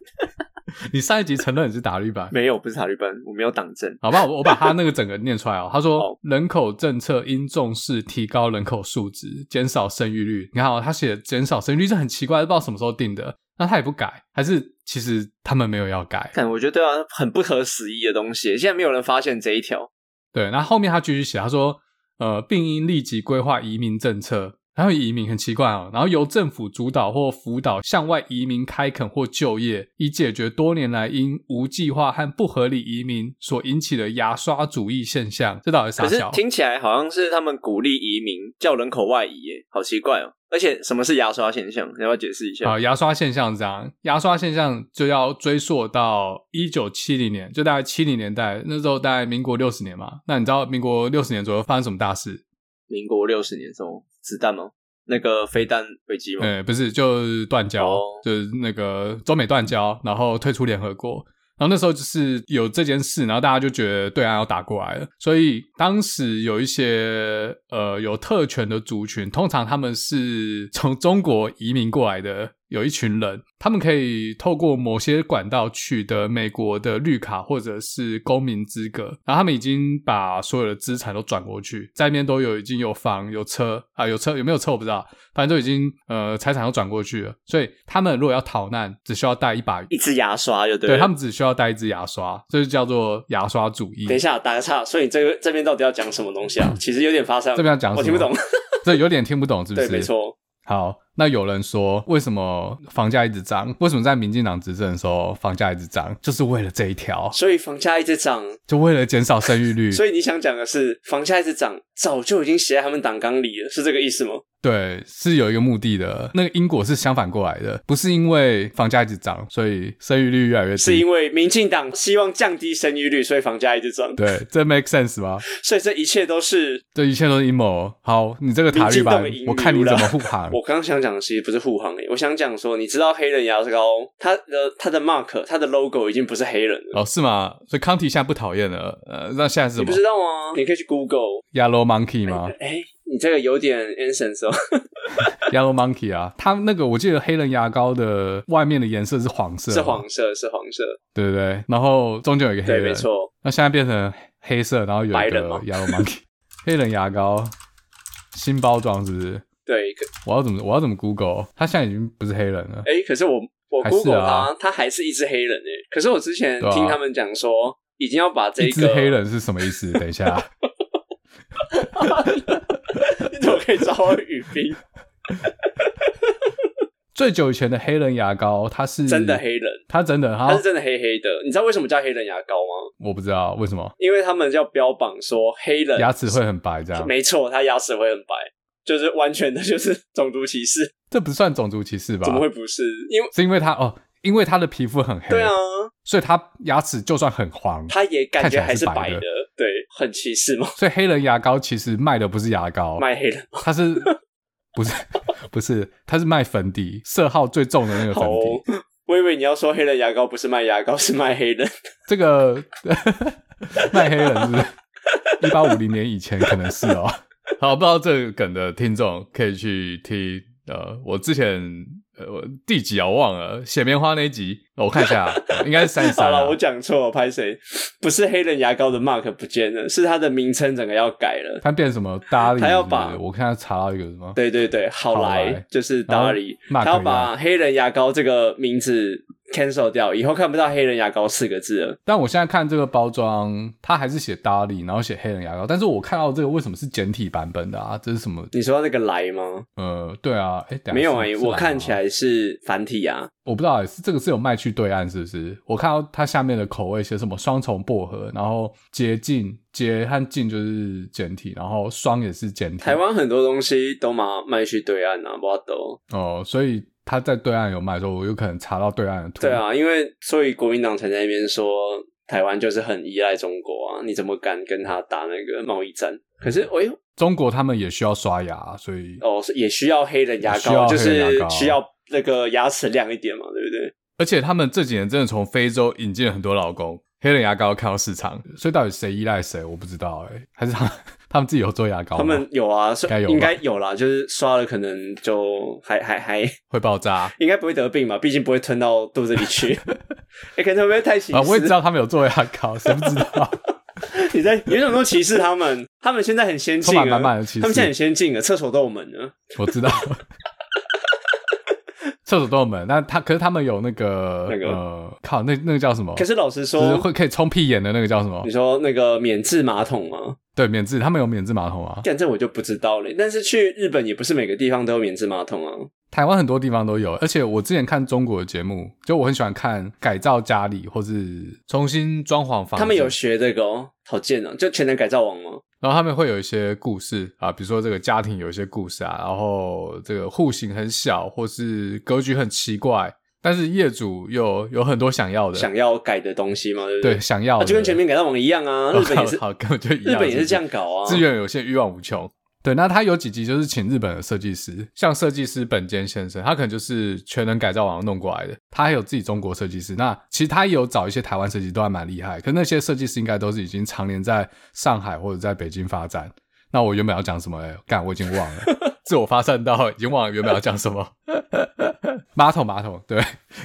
Speaker 1: 你上一集承认你是塔绿班，
Speaker 2: 没有，我不是塔绿班，我没有党政。
Speaker 1: 好吧？我我把他那个整个念出来哦。他说
Speaker 2: 好
Speaker 1: 人口政策应重视提高人口数值，减少生育率。你看哦，他写减少生育率这很奇怪，不知道什么时候定的。那他也不改，还是其实他们没有要改？
Speaker 2: 看，我觉得对啊，很不可思议的东西，现在没有人发现这一条。
Speaker 1: 对，那后面他继续写，他说，呃，并应立即规划移民政策，然后移民很奇怪哦，然后由政府主导或辅导向外移民开垦或就业，以解决多年来因无计划和不合理移民所引起的牙刷主义现象。这到底是
Speaker 2: 可
Speaker 1: 啥
Speaker 2: 是
Speaker 1: 小？
Speaker 2: 听起来好像是他们鼓励移民，叫人口外移，耶，好奇怪哦。而且什么是牙刷现象？你要不要解释一下？
Speaker 1: 啊、牙刷现象是这样，牙刷现象就要追溯到一九七零年，就大概七零年代，那时候大概民国六十年嘛。那你知道民国六十年左右发生什么大事？
Speaker 2: 民国六十年什么子弹吗？那个飞弹危机吗？
Speaker 1: 呃，不是，就是断交，
Speaker 2: 哦
Speaker 1: 就是那个中美断交，然后退出联合国。然后那时候就是呃有这件事，然后大家就觉得对岸啊要打过来了，所以当时有一些呃有特权的族群，通常他们是从中国移民过来的，有一群人，他们可以透过某些管道取得美国的绿卡或者是公民资格，然后他们已经把所有的资产都转过去，在那边都有已经有房有车啊，有车有没有车我不知道，反正都已经呃财产都转过去了，所以他们如果要逃难，只需要带一把
Speaker 2: 一支牙刷就对
Speaker 1: 对
Speaker 2: 了。
Speaker 1: 他们只需要带一支牙刷，这就叫做牙刷主义。
Speaker 2: 等一下打个岔，所以这个这边到底要讲什么东西啊？其实有点发散，
Speaker 1: 嗯这边要讲什么
Speaker 2: 我听不懂。
Speaker 1: 这有点听不懂，是不
Speaker 2: 对，
Speaker 1: 是？
Speaker 2: 没。错，
Speaker 1: 好，那有人说，为什么房价一直涨？为什么在民进党执政的时候房价一直涨？就是为了这一条，
Speaker 2: 所以房价一直涨，
Speaker 1: 就为了减少生育率。
Speaker 2: 所以你想讲的是房价一直涨，早就已经写在他们党纲里了，是这个意思吗？
Speaker 1: 嗯对，是有一个目的的。那个因果是相反过来的，不是因为房价一直涨，所以生育率越来越低。
Speaker 2: 是因为民进党希望降低生育率，所以房价一直涨，
Speaker 1: 对，这 make sense 吗？
Speaker 2: 所以这一切都是
Speaker 1: 这一切都是阴谋。哦好，你这个塔利班
Speaker 2: 民进党的阴，谋
Speaker 1: 我看你怎么护航。
Speaker 2: 啊 我刚刚想讲的，其实不是护航诶、我想讲说，你知道黑人牙膏，它的它的 mark，它的 logo 已经不是黑人了，
Speaker 1: 哦，是吗？所以康体现在不讨厌了。呃，那现在是哦什么
Speaker 2: 你不知道吗？你可以去 Google，
Speaker 1: ？Yellow Monkey 吗？
Speaker 2: 哎、你这个有点 a n s e n s 哦，
Speaker 1: Yellow Monkey 啊，它那个我记得黑人牙膏的外面的颜色是黄色，
Speaker 2: 是，黄色，是黄色，
Speaker 1: 对对对，然后中间有一个啊黑
Speaker 2: 对，
Speaker 1: 人，
Speaker 2: 没，错，
Speaker 1: 那现在变成黑色，然后有一
Speaker 2: 白
Speaker 1: 个
Speaker 2: 人吗
Speaker 1: Yellow Monkey 黑人牙膏新包装是不是？
Speaker 2: 对，可
Speaker 1: 我要怎么我要怎么 Google？它现在已经不是黑人了，
Speaker 2: 哎、可是我我
Speaker 1: 还是
Speaker 2: Google
Speaker 1: 啊
Speaker 2: 他，他还是一只黑人哎、可是我之前
Speaker 1: 对啊
Speaker 2: 听他们讲说，已经要把这
Speaker 1: 一只
Speaker 2: 个
Speaker 1: 黑， 人是什么意思？等一下，
Speaker 2: 你怎么可以找我语 冰？
Speaker 1: 最久以前的黑人牙膏，它是
Speaker 2: 真的黑人，
Speaker 1: 它真的
Speaker 2: 他
Speaker 1: 它
Speaker 2: 是真的黑黑的。你知道为什么叫黑人牙膏吗？
Speaker 1: 我不知道为什么
Speaker 2: 因为他们要标榜说黑人
Speaker 1: 牙齿会很白这样，
Speaker 2: 呃没错，他牙齿会很白。就是完全的，就是种族歧视，
Speaker 1: 这不算种族歧视吧？
Speaker 2: 怎么会不是？因为
Speaker 1: 是因为它哦，因为它的皮肤很黑，
Speaker 2: 对啊，
Speaker 1: 所以他牙齿就算很黄，
Speaker 2: 他也感
Speaker 1: 看起
Speaker 2: 觉
Speaker 1: 来
Speaker 2: 还
Speaker 1: 是
Speaker 2: 是
Speaker 1: 白
Speaker 2: 白
Speaker 1: 的
Speaker 2: 的，对，很歧视嘛，
Speaker 1: 所以黑人牙膏其实卖的不是牙膏，
Speaker 2: 卖黑人，
Speaker 1: 它是 不是不是，它是卖粉底，色号最重的那个粉
Speaker 2: 好
Speaker 1: 底。
Speaker 2: 哦、我以为你要说黑人牙膏不是卖牙膏，是卖黑人，
Speaker 1: 这 个卖黑人是不是一八五零年以前可能是哦。好，不知道这个梗的听众可以去听呃，我之前呃我第几啊我忘了，写棉花那一集，哦我看一 下，啊应该是三十
Speaker 2: 好
Speaker 1: 三
Speaker 2: 了，
Speaker 1: 了
Speaker 2: 我。讲错了，拍谁？不是黑人牙膏的 mark 不见了，是它的名称整个要改了。
Speaker 1: 他变什么达利？
Speaker 2: 他要
Speaker 1: 是不是
Speaker 2: 把
Speaker 1: 我看他查到一个什么？
Speaker 2: 对对对，好
Speaker 1: 好
Speaker 2: 来
Speaker 1: 来
Speaker 2: 就是
Speaker 1: 然后
Speaker 2: Dari，
Speaker 1: Mark
Speaker 2: 他要把黑人牙膏这个名字 cancel 掉，以后看不到黑人牙膏四个字了。
Speaker 1: 但我现在看这个包装，它还是写达利，然后写黑人牙膏，但是我看到这个为什么是简体版本的啊？这是什么？
Speaker 2: 你说那个来吗？
Speaker 1: 呃，对啊，哎、等一下
Speaker 2: 没有哎、
Speaker 1: 是是
Speaker 2: 我
Speaker 1: 蓝
Speaker 2: 看
Speaker 1: 吗
Speaker 2: 起来是繁体啊。
Speaker 1: 我不知道、欸，是这个是有卖去对岸是不是？我看到它下面的口味写什么双重薄荷，然后洁净洁和净就是简体，然后双也是简体。
Speaker 2: 台湾很多东西都嘛卖去对岸啊，不知道都
Speaker 1: 哦，所以它在对岸有卖的时候，我有可能查到对岸的图。
Speaker 2: 对，啊，因为所以国民党才在那边说台湾就是很依赖中国啊，你怎么敢跟他打那个贸易战？可是，哎呦，
Speaker 1: 中国他们也需要刷牙，啊所以、
Speaker 2: 哦，是也需要黑人牙
Speaker 1: 需要
Speaker 2: 膏，就
Speaker 1: 黑人
Speaker 2: 是
Speaker 1: 牙膏
Speaker 2: 需要那个牙齿亮一点嘛，对不对？
Speaker 1: 而且他们这几年真的从非洲引进了很多老公，黑人牙膏看到市场，所以到底谁依赖谁，我不知道哎、还是他们他们自己有做牙膏吗，
Speaker 2: 他们有啊，所
Speaker 1: 哦应该有吧
Speaker 2: 应该有啦，就是刷了可能就还还还
Speaker 1: 会爆炸。
Speaker 2: 应该不会得病吧，毕竟不会吞到肚子里去。 哎、可能会不会太歧视？
Speaker 1: 啊，我也知道他们有做牙膏，谁不知道？
Speaker 2: 你在有种都歧视他们，他们现在很先进
Speaker 1: 充满满满
Speaker 2: 啊，
Speaker 1: 的歧视哦
Speaker 2: 他们现在很先进啊，厕所都有门啊。
Speaker 1: 我知道， 厕所都有门。那他可是他们有那个
Speaker 2: 那个
Speaker 1: 呃，靠，那那个叫什么？
Speaker 2: 可是老
Speaker 1: 就
Speaker 2: 实
Speaker 1: 是
Speaker 2: 说，
Speaker 1: 会可以冲屁眼的那个叫什么
Speaker 2: 你？说那个免治马桶吗？
Speaker 1: 对，免治，他们有免治马桶啊。
Speaker 2: 干这我就不知道了。但是去日本也不是每个地方都有免治马桶啊。
Speaker 1: 台湾很多地方都有，而且我之前看中国的节目，就我很喜欢看改造家里或是重新装潢房子，
Speaker 2: 他们有学这个哦，好贱哦！就全能改造王吗？
Speaker 1: 然后他们会有一些故事啊，比如说这个家庭有一些故事啊，然后这个户型很小或是格局很奇怪，但是业主又有很多想要的，
Speaker 2: 想要改的东西嘛，对不
Speaker 1: 对想要
Speaker 2: 啊
Speaker 1: 的，
Speaker 2: 就跟全民改造王一样啊，日本也是，
Speaker 1: 哦好，根本就一样
Speaker 2: 日本也
Speaker 1: 不
Speaker 2: 是这样搞啊。
Speaker 1: 资源有限，欲望无穷。对，那他有几集就是请日本的设计师，像设计师本间先生，他可能就是全能改造网弄过来的。他还有自己中国设计师，那其实他也有找一些台湾设计师，都还蛮厉害。可那些设计师应该都是已经常年在上海或者在北京发展。那我原本要讲什么、欸？干，我已经忘了，自我发散到已经忘了原本要讲什么。马桶，马桶，对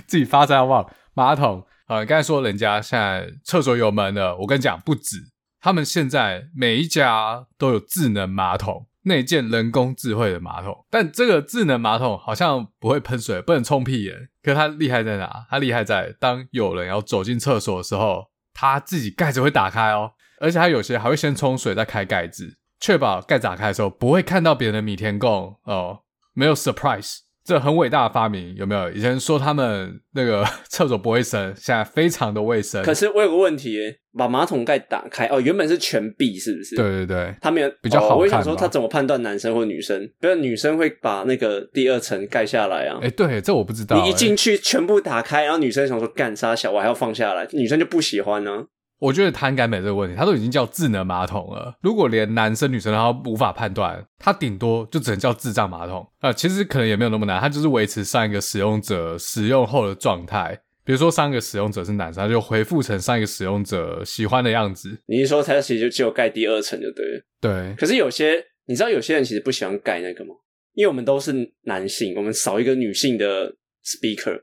Speaker 1: 自己发散到忘了马桶。呃，刚才说人家现在厕所有门了，我跟你讲不止，他们现在每一家都有智能马桶，内建人工智慧的马桶。但这个智能马桶好像不会喷水，不能冲屁眼。可它厉害在哪？它厉害在当有人要走进厕所的时候，它自己盖子会打开哦，而且它有些还会先冲水再开盖子，确保盖子打开的时候不会看到别人的米田共哦，没有 surprise。这很伟大的发明，有没有？以前说他们那个 厕所不卫生，现在非常的卫生。
Speaker 2: 可是我有个问题耶，把马桶盖打开哦，原本是全闭是不是？，
Speaker 1: 对对对，
Speaker 2: 他没有
Speaker 1: 比较好
Speaker 2: 哦。
Speaker 1: 看
Speaker 2: 我也想说，
Speaker 1: 吧
Speaker 2: 他怎么判断男生或女生？不然女生会把那个第二层盖下来啊。
Speaker 1: 哎，对，这我不知道、
Speaker 2: 你一
Speaker 1: 哎
Speaker 2: 进去全部打开，然后女生想说干啥小，我还要放下来，女生就不喜欢呢、
Speaker 1: 我觉得他应该没这个问题，他都已经叫智能马桶了。如果连男生女生他无法判断，他顶多就只能叫智障马桶。呃，其实可能也没有那么难，他就是维持上一个使用者使用后的状态。比如说上一个使用者是男生，他就回复成上一个使用者喜欢的样子。
Speaker 2: 你一说他其实就只有盖第二层就对了。
Speaker 1: 对，
Speaker 2: 可是有些你知道有些人其实不喜欢盖那个吗？因为我们都是男性，我们少一个女性的 speaker，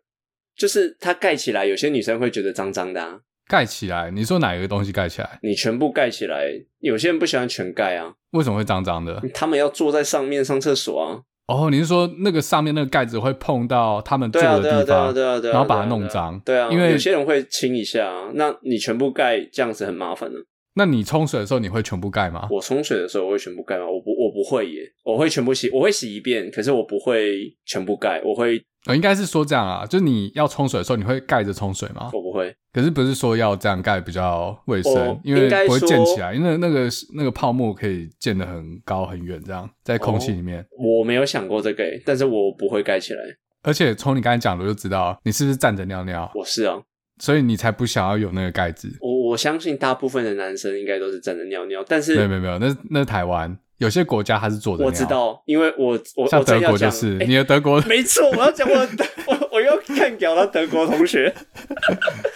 Speaker 2: 就是它盖起来，有些女生会觉得脏脏的、啊。
Speaker 1: 盖起来，你说哪一个东西盖起来？
Speaker 2: 你全部盖起来，有些人不喜欢全盖啊，
Speaker 1: 为什么会脏脏的？
Speaker 2: 他们要坐在上面上厕所啊。
Speaker 1: 哦，你是说那个上面那个盖子会碰到他们住
Speaker 2: 对啊，
Speaker 1: 的
Speaker 2: 对啊，
Speaker 1: 地
Speaker 2: 对啊，
Speaker 1: 方？
Speaker 2: 对啊，对啊，
Speaker 1: 然后把它
Speaker 2: 对啊
Speaker 1: 弄脏
Speaker 2: 对啊，
Speaker 1: 因为
Speaker 2: 有些人会清一下、啊，那你全部盖这样子很麻烦的、啊
Speaker 1: 那你冲水的时候你会全部盖吗？
Speaker 2: 我冲水的时候我会全部盖吗？我不，我不会耶，我会全部洗，我会洗一遍，可是我不会全部盖，我会，
Speaker 1: 我呃应该是说这样啊，就你要冲水的时候你会盖着冲水吗？
Speaker 2: 我不会。
Speaker 1: 可是不是说要这样盖比较卫生
Speaker 2: 哦，
Speaker 1: 因为
Speaker 2: 应该
Speaker 1: 不会
Speaker 2: 说
Speaker 1: 溅起来，因为那那个那个泡沫可以溅得很高很远，这样在空
Speaker 2: 哦
Speaker 1: 气里面。
Speaker 2: 我没有想过这个欸，但是我不会盖起来。
Speaker 1: 而且从你刚才讲的我就知道，你是不是站着尿尿，
Speaker 2: 我是啊，
Speaker 1: 所以你才不想要有那个盖子。
Speaker 2: 我我相信大部分的男生应该都是站着尿尿，但
Speaker 1: 没有
Speaker 2: 是
Speaker 1: 没有没有，那那是台湾有些国家它是坐着尿，
Speaker 2: 我知，道，因为我我
Speaker 1: 像
Speaker 2: 我
Speaker 1: 德
Speaker 2: 正要
Speaker 1: 国就
Speaker 2: 讲，
Speaker 1: 是，
Speaker 2: 欸
Speaker 1: 你的德 国，
Speaker 2: 没错，我要讲我的 我我又看掉了德国 同学，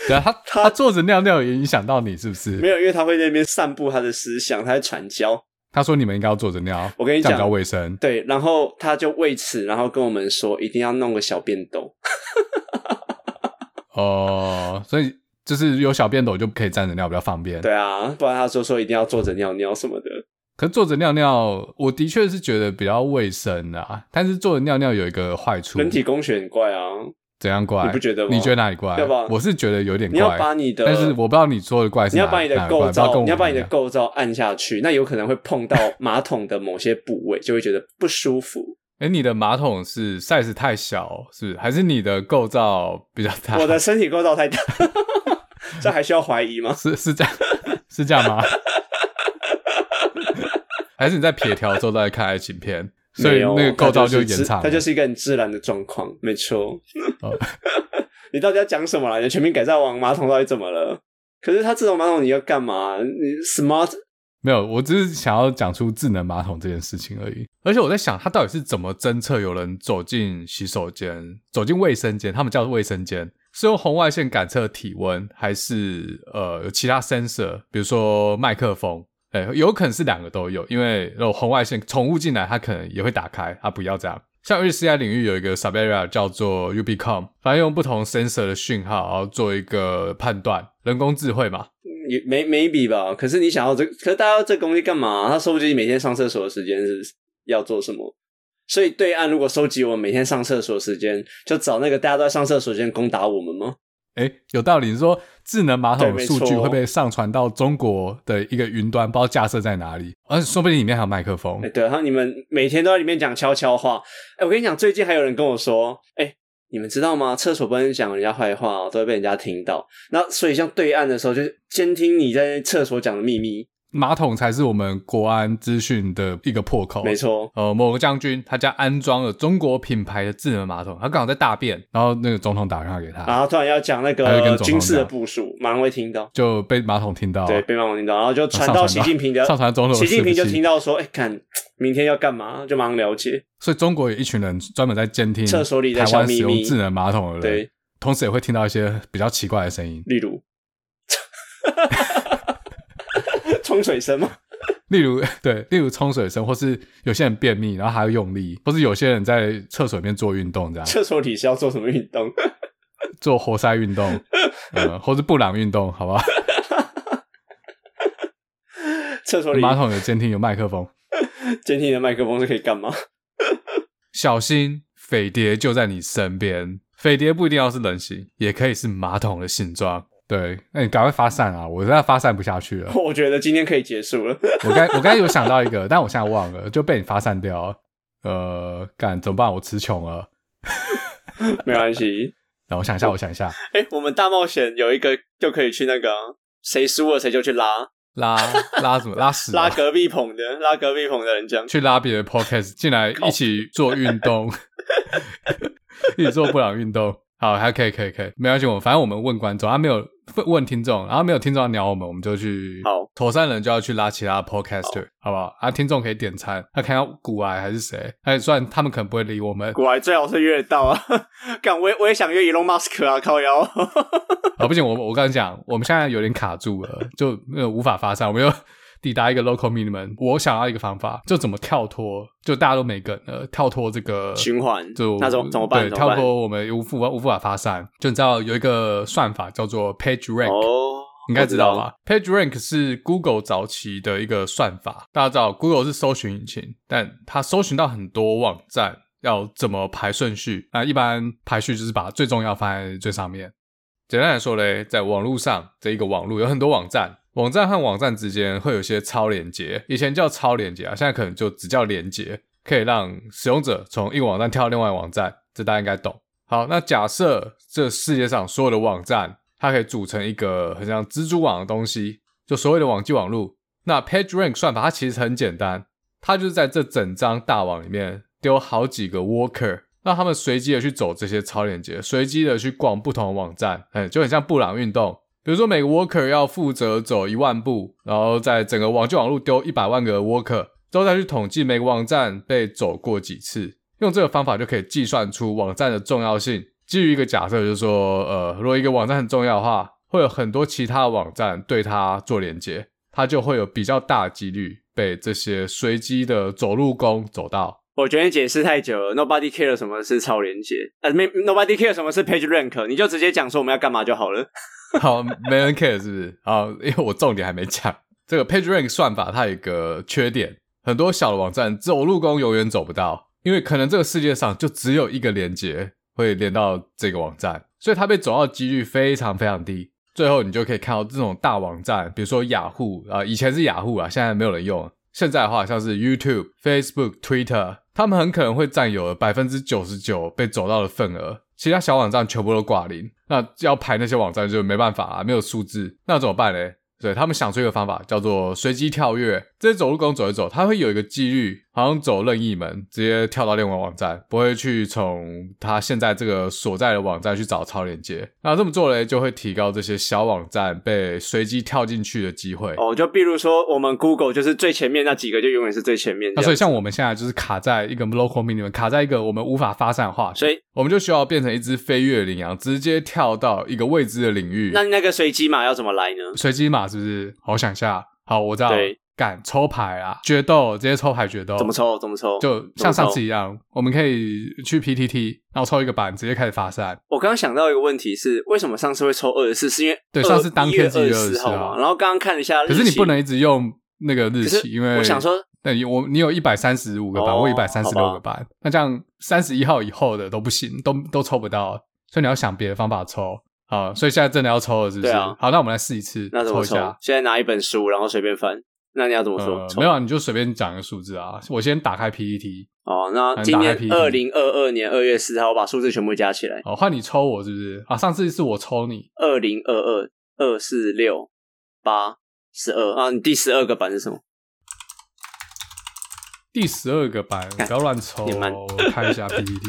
Speaker 1: 对啊，他他坐着尿尿也影响到你是不是？
Speaker 2: 没有，因为他会在那边散布他的思想，他在传教。
Speaker 1: 他说你们应该要坐着尿，
Speaker 2: 我跟你
Speaker 1: 这样
Speaker 2: 讲
Speaker 1: 比较卫生。
Speaker 2: 对，然后他就为此，然后跟我们说一定要弄个小便斗。
Speaker 1: 哦、所以就是有小便斗就可以站着尿，比较方便。
Speaker 2: 对啊，不然他说说一定要坐着尿尿什么的。
Speaker 1: 可是坐着尿尿，我的确是觉得比较卫生啊。但是坐着尿尿有一个坏处，
Speaker 2: 人体工学很怪啊，
Speaker 1: 怎样怪？
Speaker 2: 你不觉得吗
Speaker 1: 你觉得哪里怪？
Speaker 2: 对吧
Speaker 1: 我是觉得有点
Speaker 2: 你要
Speaker 1: 怪，
Speaker 2: 把你的，
Speaker 1: 但是我不知道你说的怪是
Speaker 2: 你
Speaker 1: 哪
Speaker 2: 要把你的
Speaker 1: 哪里怪
Speaker 2: 构
Speaker 1: 不知道跟
Speaker 2: 造，
Speaker 1: 我
Speaker 2: 你要把
Speaker 1: 一
Speaker 2: 你的
Speaker 1: 样
Speaker 2: 构造按下去，那有可能会碰到马桶的某些部位，就会觉得不 舒服。
Speaker 1: 哎、你的马桶是 size 太小，是不是还是你的构造比较大？
Speaker 2: 我的身体构造太大， 这还需要怀疑 吗？
Speaker 1: 是是这样 是这样 吗？还是你在撇条之后再看爱情片，所以
Speaker 2: 没有
Speaker 1: 那个构造
Speaker 2: 它就是
Speaker 1: 延
Speaker 2: 自
Speaker 1: 长了？
Speaker 2: 它就是一个很自然的状况，没错
Speaker 1: 哦。
Speaker 2: 你到底要讲什么啦？你的全民改造王马桶到底怎么了？可是它自动马桶你要干嘛？你 smart
Speaker 1: 没有，我只是想要讲出智能马桶这件事情而已。而且我在想，它到底是怎么侦测有人走进洗手间、走进卫生间？他们叫卫生间，是用红外线感测体温，还是呃有其他 sensor，比如说麦克风？哎、有可能是两个都有，因为如果红外线宠物进来，它可能也会打开，它不要这样。像 HCI 领域有一个 s a b e r a 叫做 Ubicom，反正用不同 sensor 的讯号，然后做一个判断，人工智慧嘛，
Speaker 2: 也没没比吧？可是你想要这，可是大家要这东西干嘛、他收集你每天上厕所的时间是要做什么？所以对岸如果收集我每天上厕所的时间，就找那个大家都在上厕所的时间攻打我们吗？
Speaker 1: 哎，有道理。你说智能马桶
Speaker 2: 对没
Speaker 1: 数据
Speaker 2: 错
Speaker 1: 会被上传到中国的一个云端，不知道架设在哪里，而且说不定里面还有麦克风
Speaker 2: 哎、。对，然后你们每天都在里面讲悄悄话。哎、我跟你讲，最近还有人跟我说，哎、你们知道吗？厕所不能讲人家坏话哦、都会被人家听到。那所以像对岸的时候，就是监听你在厕所讲的秘密。
Speaker 1: 马桶才是我们国安资讯的一个破口。
Speaker 2: 没。错，
Speaker 1: 呃，某个将军他家安装了中国品牌的智能马桶，他刚好在大便，然后那个总统打电话给他，
Speaker 2: 然后突然要讲那
Speaker 1: 啊还有跟
Speaker 2: 个
Speaker 1: 总
Speaker 2: 军
Speaker 1: 统
Speaker 2: 事的
Speaker 1: 讲
Speaker 2: 部署，马上会听到。
Speaker 1: 就被马桶听到。
Speaker 2: 对，被马桶听到，然后就传到习近平 的，
Speaker 1: 上传中统的
Speaker 2: 习近平就
Speaker 1: 伺服器
Speaker 2: 听到说，哎、看明天要干嘛，就马上了解。
Speaker 1: 所以中国有一群人专门在监听
Speaker 2: 厕所里
Speaker 1: 台
Speaker 2: 的
Speaker 1: 湾
Speaker 2: 小秘
Speaker 1: 使
Speaker 2: 密
Speaker 1: 用智能马桶的人，
Speaker 2: 对，
Speaker 1: 同时也会听到一些比较奇怪的声音，
Speaker 2: 例如， 冲水声嘛，
Speaker 1: 例如 对，例如冲水声，或是有些人便秘，然后还要用力，或是有些人在厕所里面做运动，这样
Speaker 2: 厕所里是要做什么运动？
Speaker 1: 做活塞运 动，呃，或是布朗运动，好不好？
Speaker 2: 厕所里
Speaker 1: 马桶有监听，有麦克风，
Speaker 2: 监听的麦克风是可以干嘛？
Speaker 1: 小心匪谍就在你身边。匪谍不一定要是人形，也可以是马桶的形状。对，那你赶快发散啊！我现在发散不下去了。
Speaker 2: 我觉得今天可以结束了。
Speaker 1: 我刚我刚才有想到一个，但我现在忘了，就被你发散掉了。呃，干怎么办？我词穷了。
Speaker 2: 没关 系。
Speaker 1: 然后我想一下，我想一下，
Speaker 2: 哎、我们大冒险有一个就可以去那个啊谁输了谁就去拉
Speaker 1: 拉拉什么？拉屎哦？
Speaker 2: 拉隔壁棚的，拉隔壁棚的人 讲。
Speaker 1: 去拉别的 podcast 进来一起做运动，一起做布朗运动。好，还可以，可以，可以，没关系。我们反正我们问观众，他、啊没有问问听众，然后没有听众要鸟我们，我们就去
Speaker 2: 好
Speaker 1: 妥善人就要去拉其他 podcaster，好不好？啊，听众可以点餐，他看到古癌还是谁？哎，虽然他们可能不会理我 们，
Speaker 2: 果然最好是约得到啊！ 干，我也我也想约 Elon Musk 啊，靠腰。
Speaker 1: 啊，不行，我我跟你讲，我们现在有点卡住了，就呃无法发散，我们又抵达一个 local minimum。我想要一个方法，就怎么跳脱，就大家都没梗了，跳脱这个
Speaker 2: 循环
Speaker 1: 就
Speaker 2: 那怎么怎么办
Speaker 1: 对，
Speaker 2: 怎么
Speaker 1: 跳
Speaker 2: 办
Speaker 1: 脱我们无无法无法发散，就你知道有一个算法叫做 PageRank，、
Speaker 2: 哦，
Speaker 1: 你应该知道
Speaker 2: 我
Speaker 1: 吧？PageRank 是 Google 早期的一个算法，大家知道 Google 是搜寻引擎，但它搜寻到很多网站要怎么排顺序？那一般排序就是把最重要放在最上面。简单来说嘞，在网络上这一个网络有很多网站，网站和网站之间会有一些超连接，以前叫超连接啊，现在可能就只叫连接，可以让使用者从一个网站跳到另外一个网站，这大家应该懂。好，那假设这世界上所有的网站，它可以组成一个很像蜘蛛网的东西，就所谓的网际网路。那 PageRank 算法它其实很简单，它就是在这整张大网里面丢好几个 worker，让他们随机的去走这些超链接，随机的去逛不同的网站，哎，就很像布朗运动。比如说每个 worker 要负责走一万步，然后在整个网际网路丢一百万个 worker，之后再去统计每个网站被走过几次，用这个方法就可以计算出网站的重要性。基于一个假设，就是说，呃，如果一个网站很重要的话，会有很多其他网站对它做连接，它就会有比较大的几率被这些随机的走路工走到。
Speaker 2: 我觉得你解释太久了，Nobody care 什么是超连接，呃，没 Nobody care 什么是 Page Rank，你就直接讲说我们要干嘛就好了。
Speaker 1: 好，没人 care 是不是？好，因为我重点还没讲。这个 PageRank 算法它有一个缺点，很多小的网站走路工永远走不到，因为可能这个世界上就只有一个连接会连到这个网站，所以它被走到的几率非常非常低。最后你就可以看到这种大网站，比如说雅虎啊、呃以前是雅虎啊，现在没有人用。现在的话，像是 YouTube、Facebook、Twitter，他们很可能会占有了百分之九十九被走到的份额，其他小网站全部都挂零。那要排那些网站就没办法啊，没有数字，那怎么办嘞？对他们想出一个方法，叫做随机跳跃。这些走路工走一走，它会有一个几率，好像走任意门，直接跳到另外网站，不会去从它现在这个所在的网站去找超链接。那这么做嘞，就会提高这些小网站被随机跳进去的机会。
Speaker 2: 哦，就比如说我们 Google 就是最前面那几个，就永远是最前面这
Speaker 1: 那所以
Speaker 2: 样。
Speaker 1: 像我们现在就是卡在一个 local minimum，卡在一个我们无法发散的化学，
Speaker 2: 所以
Speaker 1: 我们就需要变成一只飞跃羚羊，直接跳到一个未知的领域。
Speaker 2: 那那个随机码要怎么来呢？
Speaker 1: 随机码是不是？好，我想一下，好，我知道
Speaker 2: 对，
Speaker 1: 敢抽牌啊，决斗，直接抽牌决斗，
Speaker 2: 怎么？抽？怎么抽？
Speaker 1: 哦就像上次一样，我们可以去 PTT，然后抽一个板，直接开始发散。
Speaker 2: 我刚刚想到一个问题是，为什么上次会抽二十四？是因为
Speaker 1: 对
Speaker 2: 2
Speaker 1: 上次当天是
Speaker 2: 1月
Speaker 1: 24
Speaker 2: 四号
Speaker 1: 号
Speaker 2: 嘛？然后刚刚看了一下日期，
Speaker 1: 啊可是你不能一直用那个日
Speaker 2: 可是
Speaker 1: 期，因为
Speaker 2: 我想说，
Speaker 1: 那你我你有一百三十五个班，
Speaker 2: 哦
Speaker 1: 我一百三十六
Speaker 2: 好
Speaker 1: 个
Speaker 2: 吧
Speaker 1: 班，那这样三十一号以后的都不行，都都抽不到，所以你要想别的方法抽。好，所以现在真的要抽了，是不是？
Speaker 2: 对啊
Speaker 1: 好，那我们来试一次，
Speaker 2: 那怎
Speaker 1: 抽
Speaker 2: 么
Speaker 1: 一
Speaker 2: 抽
Speaker 1: 下？。
Speaker 2: 现在拿一本书，然后随便翻。那你要怎么说？
Speaker 1: 呃，
Speaker 2: 抽
Speaker 1: 没有啊，你就随便讲一个数字啊。我先打开 PPT，
Speaker 2: 哦，那今
Speaker 1: 嗯打
Speaker 2: 年
Speaker 1: 开 PPT
Speaker 2: 二零二二年二月四号，我把数字全部加起来，
Speaker 1: 哦，换你抽我是不是？啊，上次是我抽你，
Speaker 2: 二零二二二四六八十二啊，你第十二个版是什么？
Speaker 1: 第十二个 班，不要乱抽哦
Speaker 2: 你慢，
Speaker 1: 看一下 PPT，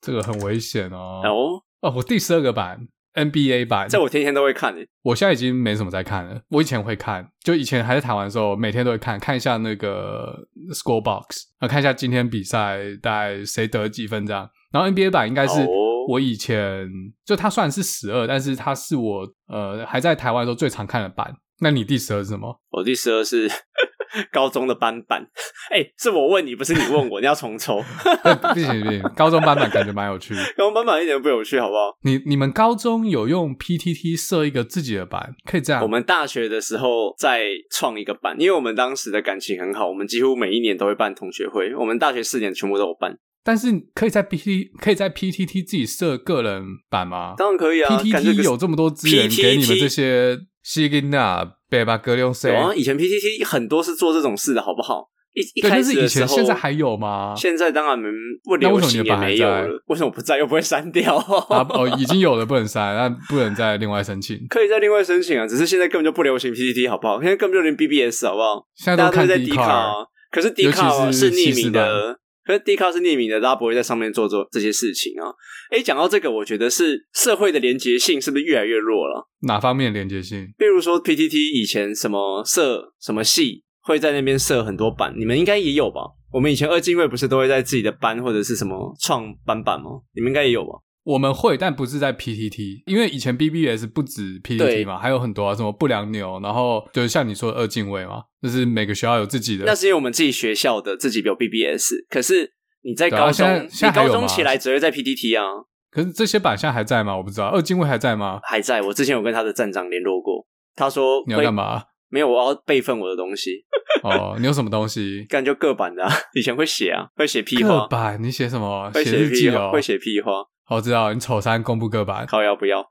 Speaker 1: 这个很危险哦。
Speaker 2: 哦，
Speaker 1: 哦，我第十二个版 NBA 版，
Speaker 2: 这我天天都会看诶。
Speaker 1: 我现在已经没什么在看了。我以前会看，就以前还在台湾的时候，每天都会看看一下那个 Score Box，啊，看一下今天比赛大概谁得几分这样。然后 NBA 版应该是
Speaker 2: 哦
Speaker 1: 我以前就它虽然是十二，但是它是我呃还在台湾的时候最常看的版。那你第十二是什么？
Speaker 2: 我第十二是 高中的班版，哎、是我问你，不是你问我，你要重抽。
Speaker 1: 哎不行不行，高中班版感觉蛮有趣。
Speaker 2: 高中班版一点都不有趣，好不好？
Speaker 1: 你你们高中有用 PTT 设一个自己的版，可以这样？
Speaker 2: 我们大学的时候再创一个班，因为我们当时的感情很好，我们几乎每一年都会办同学会，我们大学四年全部都有办，
Speaker 1: 但是可以在 PT 可以在 PTT 自己设个人版吗？
Speaker 2: 当然可以啊。感觉
Speaker 1: PTT 有这么多资源
Speaker 2: PTT
Speaker 1: 给你们这些西根纳、贝巴格六
Speaker 2: 有
Speaker 1: 塞，
Speaker 2: 啊，以前 PTT 很多是做这种事的，好不好？一一
Speaker 1: 对，
Speaker 2: 开
Speaker 1: 但是
Speaker 2: 始的
Speaker 1: 以
Speaker 2: 时
Speaker 1: 前
Speaker 2: 候，
Speaker 1: 现在还有吗？
Speaker 2: 现在当然没不
Speaker 1: 那为
Speaker 2: 流
Speaker 1: 什么你
Speaker 2: 行
Speaker 1: 的
Speaker 2: 也
Speaker 1: 版还
Speaker 2: 没有
Speaker 1: 在
Speaker 2: 了，为什么不在？又不会删掉？
Speaker 1: 啊哦，已经有了，不能删，那不能再另外申请。
Speaker 2: 可以再另外申请啊，只是现在根本就不流行 PPT，好不好？现在根本就连 BBS 好不好？
Speaker 1: 现在
Speaker 2: 大
Speaker 1: 都
Speaker 2: 家都
Speaker 1: 看
Speaker 2: 在
Speaker 1: D
Speaker 2: 卡、
Speaker 1: 卡
Speaker 2: 啊，，可是 D
Speaker 1: 尤其
Speaker 2: 卡
Speaker 1: 是
Speaker 2: 是
Speaker 1: 西
Speaker 2: 匿
Speaker 1: 斯
Speaker 2: 名的，可是 D 卡是匿名的，大家不会在上面做做这些事情啊。诶，讲到这个，我觉得是社会的连结性是不是越来越弱了？
Speaker 1: 哪方面连接性？
Speaker 2: 比如说 PTT 以前什么社什么系会在那边设很多版，你们应该也有吧？我们以前二进位不是都会在自己的班或者是什么创班版吗？你们应该也有吧？
Speaker 1: 我们会，但不是在 PTT，因为以前 BBS 不止 PTT
Speaker 2: 对
Speaker 1: 嘛，还有很多啊，什么不良牛，然后就是像你说的二进位嘛，就是每个学校有自己的。
Speaker 2: 那是因为我们自己学校的自己有 BBS，可是你在
Speaker 1: 对啊
Speaker 2: 高中，
Speaker 1: 现在现在
Speaker 2: 你
Speaker 1: 还有
Speaker 2: 高
Speaker 1: 吗
Speaker 2: 中起来只会在 PTT 啊，
Speaker 1: 可是这些版现在还在吗？我不知道，二进位还在吗？
Speaker 2: 还在我之前有跟他的站长联络过，他说
Speaker 1: 你要
Speaker 2: 会
Speaker 1: 干？嘛？
Speaker 2: 没有，我要备份我的东西，
Speaker 1: 哦，你有什么东西？
Speaker 2: 干就各版的、啊， 以前会写啊，会写屁
Speaker 1: 各
Speaker 2: 话，
Speaker 1: 版你写什么？
Speaker 2: 会
Speaker 1: 写日记
Speaker 2: 屁
Speaker 1: 哦
Speaker 2: 话，，会写屁话，
Speaker 1: 我知道，你丑三公布各版，
Speaker 2: 靠要不要？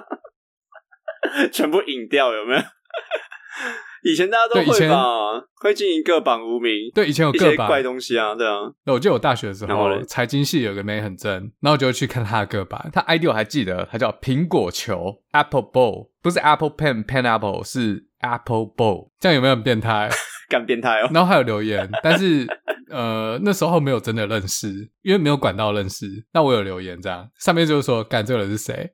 Speaker 2: 全部引掉有没有？以前大家都
Speaker 1: 对以
Speaker 2: 会
Speaker 1: 前
Speaker 2: 吧，会经营各版无名，
Speaker 1: 对，以前有
Speaker 2: 一
Speaker 1: 各
Speaker 2: 些怪
Speaker 1: 版，
Speaker 2: 东西啊，对啊，
Speaker 1: 那我记得我大学的时
Speaker 2: 然后
Speaker 1: 候，
Speaker 2: 嘞
Speaker 1: 财经系有个妹很正，然后我就去看她的各版，她 ID 我还记得，她叫苹果球 （Apple Ball），不是 Apple Pen Pineapple，是 Apple Ball，这样有没有很变态？
Speaker 2: 干变态哦。
Speaker 1: 然后还有留言，但是呃那时候没有真的认识，因为没有管道认识，那我有留言这样，上面就是说，干这个人是谁，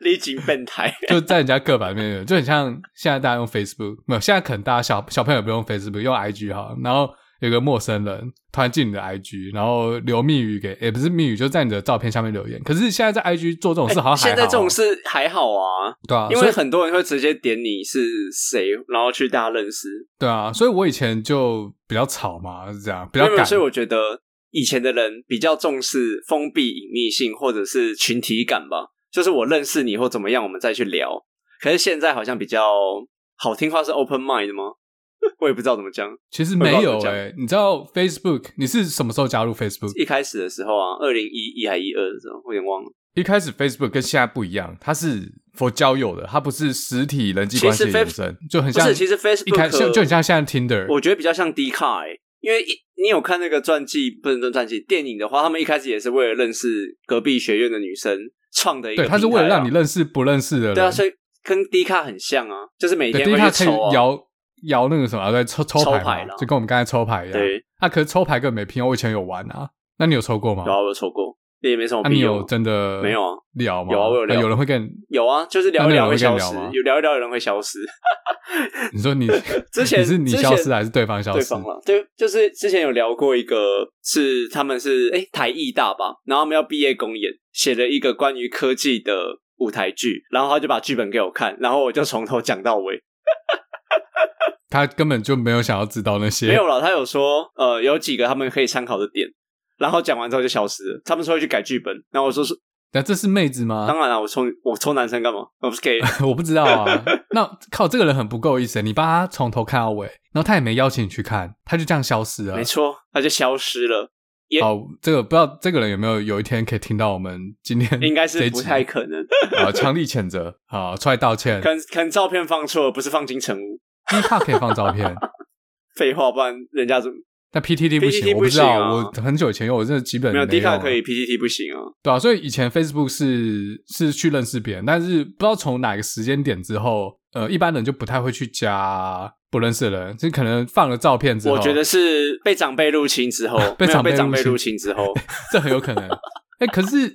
Speaker 2: 离经变态，
Speaker 1: 就在人家各版面有，就很像现在大家用 Facebook，没有，现在可能大家小小朋友不用 Facebook，用 IG 好了，然后。有个陌生人突然进你的 IG，然后留密语给，也不是密语，就在你的照片下面留言。可是现在在 IG 做这种事好像还好、
Speaker 2: 哎现在这种事还好啊，
Speaker 1: 对啊，
Speaker 2: 因
Speaker 1: 所
Speaker 2: 为
Speaker 1: 以
Speaker 2: 很多人会直接点你是谁，然后去大家认识。
Speaker 1: 对啊，所以我以前就比较吵嘛，是这样，比较
Speaker 2: 没有没有
Speaker 1: 敢
Speaker 2: 所以我觉得以前的人比较重视封闭隐秘性或者是群体感吧，就是我认识你或怎么样，我们再去聊。可是现在好像比较好听话是 open mind 吗？ 我也不知道怎么讲。
Speaker 1: 其实没有
Speaker 2: 会不会这
Speaker 1: 诶、
Speaker 2: 样
Speaker 1: 你知道 Facebook 你是什么时候加入 Facebook？
Speaker 2: 一开始的时候啊，二零一一还一二的时候，我有点忘了。
Speaker 1: 一开始 Facebook 跟现在不一样，它是 for 交友的，它不是实体人际
Speaker 2: 其
Speaker 1: 关系
Speaker 2: 实
Speaker 1: 的延
Speaker 2: Face-
Speaker 1: 伸，就很
Speaker 2: 不
Speaker 1: 像
Speaker 2: 是，其实
Speaker 1: 一开始
Speaker 2: Facebook
Speaker 1: 就很像现在 Tinder。
Speaker 2: 我觉得比较像 D 卡、欸，因为一你有看那个传记，不能说传记电影的话，他们一开始也是为了认识隔壁学院的女生创的一个、啊
Speaker 1: 对，它是为了让你。认识不认识的人。
Speaker 2: 对啊，所以跟 D 卡很像啊，就是每
Speaker 1: 对，
Speaker 2: 天
Speaker 1: 第一
Speaker 2: 会
Speaker 1: 他
Speaker 2: 去
Speaker 1: 可以
Speaker 2: 抽、啊、
Speaker 1: 摇摇那个什么，啊对，抽抽
Speaker 2: 抽
Speaker 1: 牌
Speaker 2: 牌
Speaker 1: 嘛
Speaker 2: 啦
Speaker 1: 就跟我们刚才抽牌一样。
Speaker 2: 对，
Speaker 1: 啊，可是抽牌根本没拼，我以前有玩啊。那你有抽过吗？
Speaker 2: 有啊，我有抽过，那也没什么
Speaker 1: 那、
Speaker 2: 必
Speaker 1: 啊你
Speaker 2: 要。
Speaker 1: 有真的
Speaker 2: 没有啊？
Speaker 1: 聊吗？
Speaker 2: 有啊我有
Speaker 1: 啊
Speaker 2: 聊
Speaker 1: 有人会跟你
Speaker 2: 有啊，就是聊
Speaker 1: 那
Speaker 2: 一
Speaker 1: 那
Speaker 2: 聊
Speaker 1: 有人
Speaker 2: 会
Speaker 1: 会跟
Speaker 2: 消
Speaker 1: 你聊
Speaker 2: 失
Speaker 1: 吗，
Speaker 2: 有聊一聊的人会消失。
Speaker 1: 你说你
Speaker 2: 之前
Speaker 1: 你是你
Speaker 2: 之前
Speaker 1: 消失还是对方消
Speaker 2: 对
Speaker 1: 失？
Speaker 2: 方啊了，对，就是之前有聊过一个，是他们是哎、台艺大吧，然后他们要毕业公演，写了一个关于科技的舞台剧，然后他就把剧本给我看，然后我就从头讲到尾，
Speaker 1: 他根本就没有想要知道那些。
Speaker 2: 没有了。他有说呃有几个他们可以参考的点，然后讲完之后就消失了。他们说会去改剧本，然后我说是
Speaker 1: 那这是妹子吗
Speaker 2: 当？然了、我抽我抽男生干嘛？我不是 gay，
Speaker 1: 我不知道啊。那靠，这个人很不够意思，欸你帮他从头看到尾，然后他也没邀请你去看，他就这样消失了。
Speaker 2: 没错，他就消失了。也
Speaker 1: 好，这个不知道这个人有没有有一天可以听到我们今天
Speaker 2: 应该
Speaker 1: 嗯这
Speaker 2: 是
Speaker 1: 一
Speaker 2: 不
Speaker 1: 集
Speaker 2: 太可能，
Speaker 1: 啊，强力谴责啊，出来道歉
Speaker 2: 可。能可能照片放错了，不是放金城武。
Speaker 1: D 卡可以放照片，
Speaker 2: 废话，不然人家怎么
Speaker 1: 但 PTT 不
Speaker 2: PTT
Speaker 1: 行，我不知
Speaker 2: 不行啊
Speaker 1: 道，我很久以前用，我真的基本
Speaker 2: 没有
Speaker 1: 没
Speaker 2: D
Speaker 1: 用啊
Speaker 2: 卡可以，PTT 不行啊。
Speaker 1: 对啊，所以以前 Facebook 是是去认识别人，但是不知道从哪个时间点之后，呃，一般人就不太会去加不认识的人，就可能放了照片之后，
Speaker 2: 我觉得是被长辈入 侵之后，
Speaker 1: 被
Speaker 2: 没有
Speaker 1: 长辈
Speaker 2: 被长辈
Speaker 1: 入侵
Speaker 2: 入侵 之后，
Speaker 1: 这很有可能。哎、可是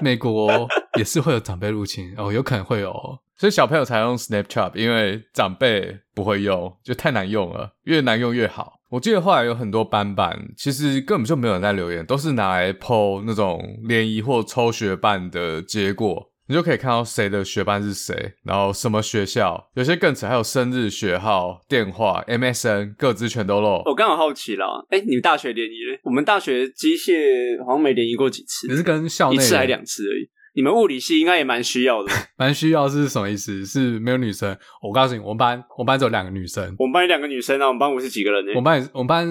Speaker 1: 美国也是会有长辈入侵哦，有可能会有哦，所以小朋友才用 Snapchat，因为长辈不会用，就太难用了，越难用越好。我记得后来有很多班板，其实根本就没有人在留言，都是拿来 PO 那种联谊或抽学伴的结果，你就可以看到谁的学伴是谁，然后什么学校，有些更扯，还有生日、学号、电话、MSN，各自全都漏。
Speaker 2: 我刚好好奇啦。哎，你们大学联谊嘞？我们大学机械好像没联谊过几次
Speaker 1: 你，是跟校内
Speaker 2: 一次还
Speaker 1: 人
Speaker 2: 两次而已。你们物理系应该也蛮需 要的。
Speaker 1: 蛮需要是什么意思？是没有女生？哦我告诉你，我们班我们班只有两个女生，
Speaker 2: 我们班有两个女生啊，我们班五十几个人呢
Speaker 1: 我。们班也我们班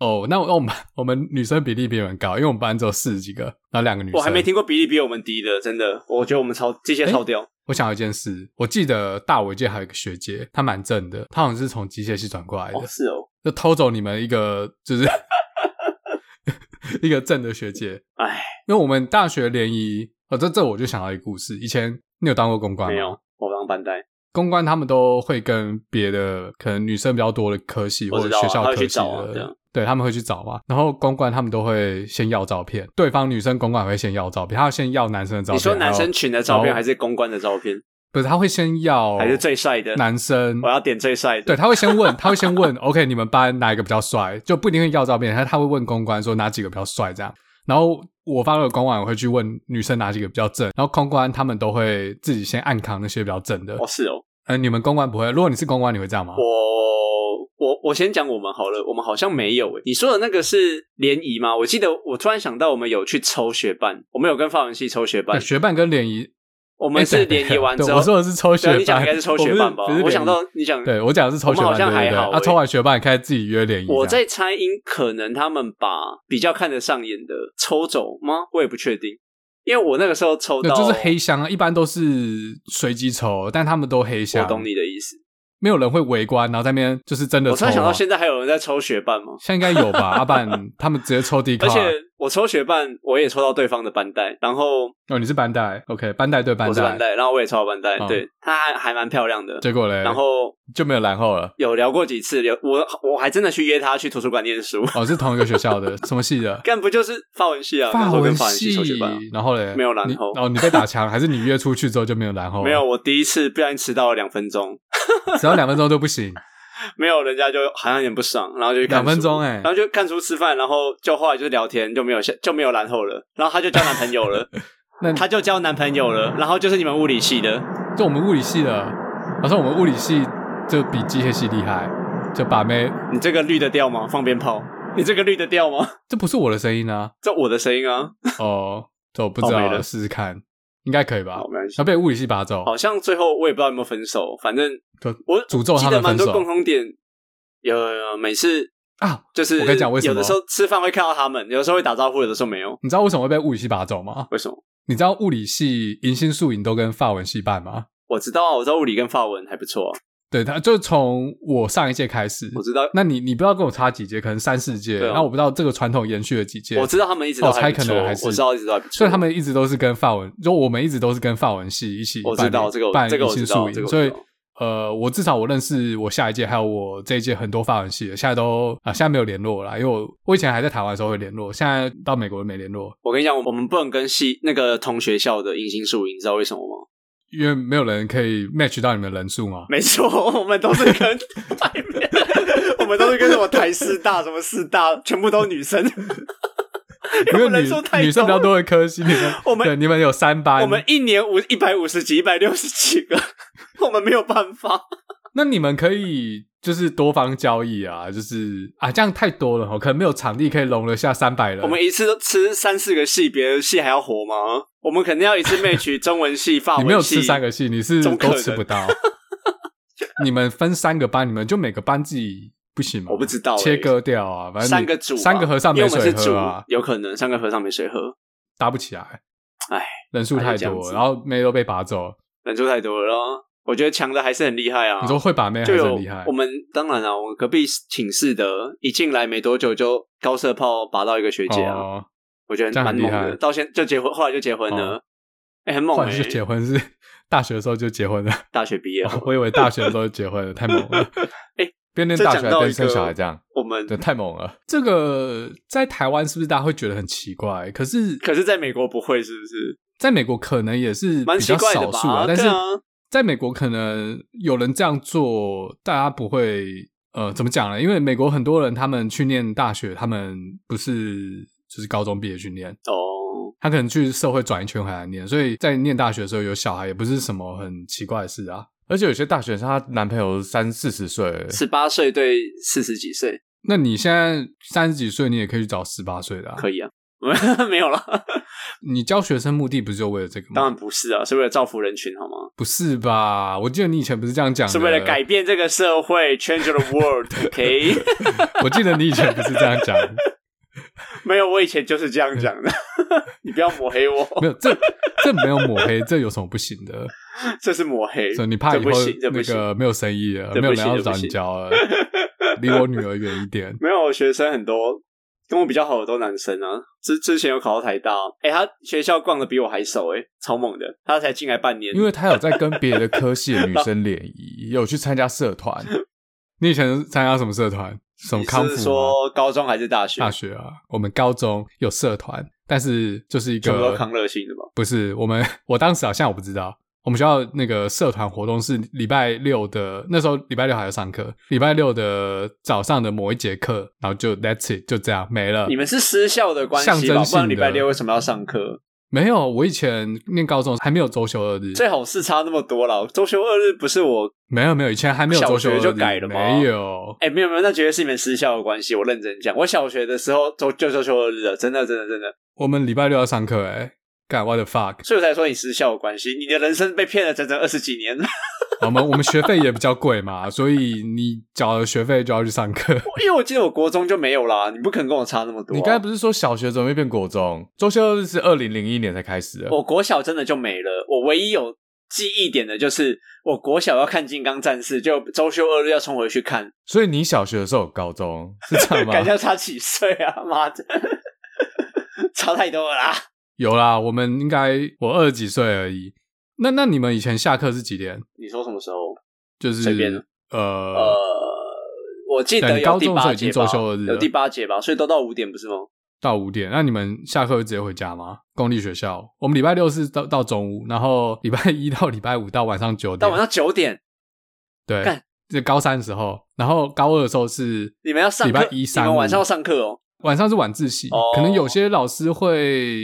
Speaker 1: 哦，那我我们 班我们女生比例比你们高，因为我们班只有四十几个，然后两个女生。哎
Speaker 2: 我还没，听过比例比我们低的，真的，我觉得我们超这些超掉。
Speaker 1: 我想到一件事，我记得大我一届还有一个学姐，她蛮正的，她好像是从机械系转过来的，
Speaker 2: 哦，是哦，
Speaker 1: 就偷走你们一个就是 一个正的学姐。
Speaker 2: 哎，
Speaker 1: 因为我们大学联谊，哦，这这我就想到一个故事，以前你有当过公关吗？
Speaker 2: 没有，我当班带，
Speaker 1: 公关他们都会跟别的可能女生比较多的科系
Speaker 2: 我
Speaker 1: 或
Speaker 2: 知
Speaker 1: 者
Speaker 2: 道啊
Speaker 1: 学校
Speaker 2: 他会
Speaker 1: 科
Speaker 2: 去
Speaker 1: 系
Speaker 2: 找啊对
Speaker 1: 的
Speaker 2: 啊，
Speaker 1: 对他们会去找嘛。然后公关他们都会先要照片，对方女生公关也会先要照片，他要先要男生的照片。哦
Speaker 2: 你说男
Speaker 1: 然
Speaker 2: 生
Speaker 1: 后
Speaker 2: 群的照片
Speaker 1: 然后
Speaker 2: 还是公关的照片，
Speaker 1: 不是他会先要
Speaker 2: 还是最帅的？
Speaker 1: 哦男生
Speaker 2: 我？要点最帅的
Speaker 1: 对，。他会先问，他会先问，OK，你们班哪一个比较帅？就不一定会要照片，他他会问公关说哪几个比较帅这样。然后我发了公关，我会去问女生哪几个比较正，然后公关他们都会自己先暗扛那些比较正的
Speaker 2: 哦，。是哦，
Speaker 1: 呃，你们公关不会？如果你是公关，你会这样吗？
Speaker 2: 我我我先讲我们好了，我们好像没有诶。欸你说的那个是联谊吗？我记得我突然想到，我们有去抽学伴，我们有跟法文系抽学伴
Speaker 1: 对，学伴跟联谊哎
Speaker 2: 我们是联谊完之
Speaker 1: 对，
Speaker 2: 后，
Speaker 1: 我说的是抽学
Speaker 2: 对啊
Speaker 1: 伴，
Speaker 2: 你讲应该是抽学伴吧？
Speaker 1: 我不是
Speaker 2: 我想，到
Speaker 1: 不是
Speaker 2: 你讲，
Speaker 1: 联谊对我讲的是抽学
Speaker 2: 我
Speaker 1: 伴，
Speaker 2: 们好像还
Speaker 1: 对对
Speaker 2: 好
Speaker 1: 对。他啊
Speaker 2: 欸
Speaker 1: 抽完学伴开始自己约联谊这样，
Speaker 2: 我在猜，因可能他们把比较看得上眼的抽走吗？我也不确定，因为我那个时候抽
Speaker 1: 对
Speaker 2: 到
Speaker 1: 就是黑箱啊，一般都是随机抽，但他们都黑
Speaker 2: 我
Speaker 1: 箱，
Speaker 2: 懂你的意思。
Speaker 1: 没有人会围观，然后在那边就是真的
Speaker 2: 我
Speaker 1: 抽
Speaker 2: 突
Speaker 1: 啊。
Speaker 2: 然想到，现在还有人在抽学伴吗？
Speaker 1: 现在应该有吧？阿半他们直接抽啊 D 卡，
Speaker 2: 而且我抽学伴，我也抽到对方的班带，然后
Speaker 1: 哦，你是班带，OK，班带对班
Speaker 2: 我是班
Speaker 1: 带，
Speaker 2: 带，然后我也抽到班带，
Speaker 1: 嗯
Speaker 2: 对，她还还蛮漂亮的。
Speaker 1: 结果嘞，
Speaker 2: 然后
Speaker 1: 就没有然后了。
Speaker 2: 有聊过几次，有我我还真的去约她去图书馆念书，
Speaker 1: 哦，是同一个学校的，什么系的？
Speaker 2: 干不就是法文系啊？那时候
Speaker 1: 文
Speaker 2: 跟法文系
Speaker 1: 系
Speaker 2: 抽学伴啊。，
Speaker 1: 然后嘞，
Speaker 2: 没有然
Speaker 1: 你
Speaker 2: 后
Speaker 1: 哦，你被打墙，还是你约出去之后就没有然后？
Speaker 2: 没有，，我第一次不小心迟到了两分钟，
Speaker 1: 只要两分钟都不行。
Speaker 2: 没有人家就好像有点不爽，然后就去看
Speaker 1: 两分
Speaker 2: 书
Speaker 1: 钟哎、
Speaker 2: 然后就看书吃饭，然后就后来就聊天，就没有下就没有然后了，然后她就交男朋友了
Speaker 1: 那，
Speaker 2: 她就交男朋友了，然后就是你们物理系的，
Speaker 1: 就我们物理系的，好像我们物理系就比机械系厉害，就把妹，
Speaker 2: 你这个绿得掉吗？放鞭炮，你这个绿得掉吗？
Speaker 1: 这不是我的声音啊，
Speaker 2: 这我的声音啊，
Speaker 1: 哦，这我不知
Speaker 2: 哦
Speaker 1: 道
Speaker 2: 没，了
Speaker 1: 试试看，应该可以吧
Speaker 2: 好，？没关系
Speaker 1: 要。被物理系拔走，
Speaker 2: 好像最后我也不知道有没有分手，反正
Speaker 1: 对
Speaker 2: 我
Speaker 1: 诅咒
Speaker 2: 记
Speaker 1: 他
Speaker 2: 得
Speaker 1: 们
Speaker 2: 蛮
Speaker 1: 分
Speaker 2: 多共
Speaker 1: 手
Speaker 2: 同点。有有有，每次
Speaker 1: 啊！
Speaker 2: 就是
Speaker 1: 我跟你讲为什么
Speaker 2: 有的时候吃饭会看到他们，有的时候会打招呼，有的时候没有。
Speaker 1: 你知道为什么会被物理系拔走吗？
Speaker 2: 为什么？
Speaker 1: 你知道物理系迎新宿营都跟法文系办吗？
Speaker 2: 我知道啊，我知道物理跟法文还不错啊、
Speaker 1: 对，他就从我上一届开始，
Speaker 2: 我知道，
Speaker 1: 那你你不知道跟我差几届，可能三四届，
Speaker 2: 对啊
Speaker 1: 那我不知道这个传统延续了几届
Speaker 2: 我，知道他们一直都还不
Speaker 1: 哦猜可
Speaker 2: 错，
Speaker 1: 能还是
Speaker 2: 我知道一直都还不错。
Speaker 1: 所以他们一直都是跟法文，就我们一直都是跟法文系一起办
Speaker 2: 我知道这个我
Speaker 1: 办
Speaker 2: 这个
Speaker 1: 迎
Speaker 2: 我
Speaker 1: 新
Speaker 2: 知道
Speaker 1: 宿
Speaker 2: 这个
Speaker 1: 营，
Speaker 2: 我
Speaker 1: 所以
Speaker 2: 知道
Speaker 1: 呃，我至少我认识我下一届还有我这一届很多法文系的，现在都啊现在没有联络啦，因为我我以前还在台湾的时候会联络，现在到美国没联络，
Speaker 2: 我跟你讲，我们不能跟系那个同学校的迎新宿营，你知道为什么吗？
Speaker 1: 因为没有人可以 match 到你们的人数嘛。
Speaker 2: 没 错，我们都是跟 外面，我们都是跟什么台师大、什么师大，全部都女生。 因为
Speaker 1: 因
Speaker 2: 我们
Speaker 1: 为
Speaker 2: 人
Speaker 1: 女
Speaker 2: 数太
Speaker 1: 女生比较
Speaker 2: 多
Speaker 1: 多的科系，你们
Speaker 2: 我们
Speaker 1: 对你们有三班，
Speaker 2: 我们一年五一百五十几、一百六十几个， 我们没有办法。
Speaker 1: 那你们可以就是多方交易啊，就是啊，这样太多了哦，可能没有场地可以容得下三百人。
Speaker 2: 我们一次都吃三四个系，别的系还要活吗？我们肯定要一次 match 中文系、法文
Speaker 1: 你
Speaker 2: 系。
Speaker 1: 没有吃三个系，你是
Speaker 2: 怎么可
Speaker 1: 都
Speaker 2: 能
Speaker 1: 吃不到。 你们分三个班，你们就每个班自己不行吗？
Speaker 2: 我不知道欸
Speaker 1: 切割掉啊，反正你
Speaker 2: 三个组啊、
Speaker 1: 三个和尚
Speaker 2: 因
Speaker 1: 没
Speaker 2: 为我们
Speaker 1: 水
Speaker 2: 是组
Speaker 1: 喝啊，，
Speaker 2: 有可能三个和尚没水喝，
Speaker 1: 搭不起来。
Speaker 2: 唉，
Speaker 1: 人数
Speaker 2: 还
Speaker 1: 太
Speaker 2: 是这样
Speaker 1: 多，
Speaker 2: 子啊
Speaker 1: 然后妹都被拔走。
Speaker 2: 人数太多了咯。我觉得强的还是很厉害啊。
Speaker 1: 你说会把妹还
Speaker 2: 就是有
Speaker 1: 很厉害
Speaker 2: 我，们当然啊，我隔壁寝室的一进来没多久就高射炮拔到一个学姐啊，
Speaker 1: 哦，
Speaker 2: 我觉
Speaker 1: 这
Speaker 2: 得
Speaker 1: 样
Speaker 2: 蛮
Speaker 1: 很
Speaker 2: 猛
Speaker 1: 厉害哦
Speaker 2: 的。到现就结婚，后来就结婚了，哎、很猛
Speaker 1: 或
Speaker 2: 哎、
Speaker 1: 者是结婚哦是大学的时候就结婚了，
Speaker 2: 大学毕业后，
Speaker 1: 我以为大学的时候就结婚了，太猛 了。
Speaker 2: 哎
Speaker 1: 边念
Speaker 2: 这
Speaker 1: 大
Speaker 2: 讲
Speaker 1: 学还
Speaker 2: 到
Speaker 1: 边
Speaker 2: 一
Speaker 1: 生
Speaker 2: 个
Speaker 1: 小孩这样。
Speaker 2: 我们
Speaker 1: 对，太猛了！这个在台湾是不是大家会觉得很奇怪？可是
Speaker 2: 可是在美国不会是不是？
Speaker 1: 在美国可能也是
Speaker 2: 蛮
Speaker 1: 比较
Speaker 2: 奇怪的
Speaker 1: 少数
Speaker 2: 吧
Speaker 1: 但
Speaker 2: 对
Speaker 1: 是
Speaker 2: 啊
Speaker 1: 在美国可能有人这样做，大家不会呃怎么讲呢？因为美国很多人他们去念大学，他们不是就是高中毕业去念，
Speaker 2: 哦，
Speaker 1: 他可能去社会转一圈回来念，所以在念大学的时候有小孩也不是什么很奇怪的事啊。而且有些大学生她男朋友三四十岁，
Speaker 2: 十八岁对四十几岁
Speaker 1: 那你现在三十几岁，你也可以去找十八岁的、啊，嗯
Speaker 2: 可以啊， 没有了，
Speaker 1: 你教学生目的不是就为了这个吗？
Speaker 2: 当然不是啊，是为了造福人群好吗？
Speaker 1: 不是吧？我记得你以前不是这样讲的，
Speaker 2: 是为了改。变这个社会，change the world，OK？、
Speaker 1: 我记得你以前不是这样 讲，
Speaker 2: 没有，我以前就是这样讲的， 你不要抹黑我。
Speaker 1: 没有这这没有抹黑，这有什么不行的？
Speaker 2: 这是抹黑，
Speaker 1: 所以你怕
Speaker 2: 这
Speaker 1: 以后
Speaker 2: 不行，这不
Speaker 1: 那
Speaker 2: 行。
Speaker 1: 个没有生意了，
Speaker 2: 这
Speaker 1: 没
Speaker 2: 不
Speaker 1: 有
Speaker 2: 行
Speaker 1: 人要找你教了，离我女儿远一点。
Speaker 2: 没有我学生很多，跟我比较好的都男生啊。之之前有考到台大，哎、他学校逛的比我还熟、诶哎，超猛的。他才进来半年，
Speaker 1: 因为她有在跟别的科系的女生联 谊，也有去参加社团。你以前参加什么社团？什么
Speaker 2: 你
Speaker 1: 康复
Speaker 2: 是
Speaker 1: 吗？
Speaker 2: 说高中还是大学？
Speaker 1: 大学啊，我们高中有社团，但是就是一
Speaker 2: 全部
Speaker 1: 个
Speaker 2: 都康乐性的嘛。
Speaker 1: 不是我们，我当时好像我不知道，我们学校那个社团活动是礼拜六的，那时候礼拜六还要上课，礼拜六的早上的某一节课，然后就 That's it，就这样没了
Speaker 2: 你。们是私校的关
Speaker 1: 象
Speaker 2: 系
Speaker 1: 征
Speaker 2: 吧？
Speaker 1: 性
Speaker 2: 不然礼
Speaker 1: 的
Speaker 2: 拜六为什么要上课？
Speaker 1: 没有，我以前念高中还没有周休二日，
Speaker 2: 最好是差那么多了。周休二日不是我，
Speaker 1: 没有没有，以前还没有周休二日，
Speaker 2: 小学就改了吗
Speaker 1: 没有，
Speaker 2: 哎、没有没有，那绝对是你们私校的关系。我认真讲，我小学的时候周就周休二日了，真的真的真的，
Speaker 1: 我们礼拜六要上课、欸，哎，干 What the fuck？
Speaker 2: 所以我才说你私校的关系，你的人生被骗了整整二十几年。
Speaker 1: 我们我们学费也比较贵嘛，所以你缴了学费就要去上 课。
Speaker 2: 因为我记得我国中就没有啦，你不可能跟我差那么多、啊
Speaker 3: 你刚才不是说小学怎么会变国中？周休二日是二零零一年才开始的。
Speaker 2: 我国小真的就没了。我唯一有记忆点的就是我国小要看《金刚战士》，就周休二日要冲回去看，
Speaker 3: 所以你小学的时候有高中是这样吗？
Speaker 2: 感觉要差几岁啊？妈的， 差太多了啦！
Speaker 1: 有啦，我们应该我二十几岁而已。那那你们以前下课是几点？
Speaker 2: 你说什么时候？
Speaker 1: 就是
Speaker 2: 随便呃
Speaker 1: 呃，，
Speaker 2: 我记
Speaker 1: 但
Speaker 2: 得
Speaker 1: 你
Speaker 2: 有
Speaker 1: 高
Speaker 2: 第
Speaker 1: 中的时候
Speaker 2: 八
Speaker 1: 已经
Speaker 2: 节
Speaker 1: 周
Speaker 2: 吧，
Speaker 1: 休二日了
Speaker 2: 有第八节吧，所以都到五点不是吗？
Speaker 1: 到五点。那你们下课会直接回家吗？公立学校，我们礼拜六是到到中午，然后礼拜一到礼拜五到晚上九点，
Speaker 2: 到晚上九点，
Speaker 1: 对
Speaker 2: 干
Speaker 1: 就高三的时候，然后高二的时候是
Speaker 2: 你们要上
Speaker 1: 礼拜
Speaker 2: 课，
Speaker 1: 一三
Speaker 2: 你
Speaker 1: 五
Speaker 2: 们晚上要上课哦。
Speaker 1: 晚上是晚自习，
Speaker 2: 哦
Speaker 1: 可能有些老师会，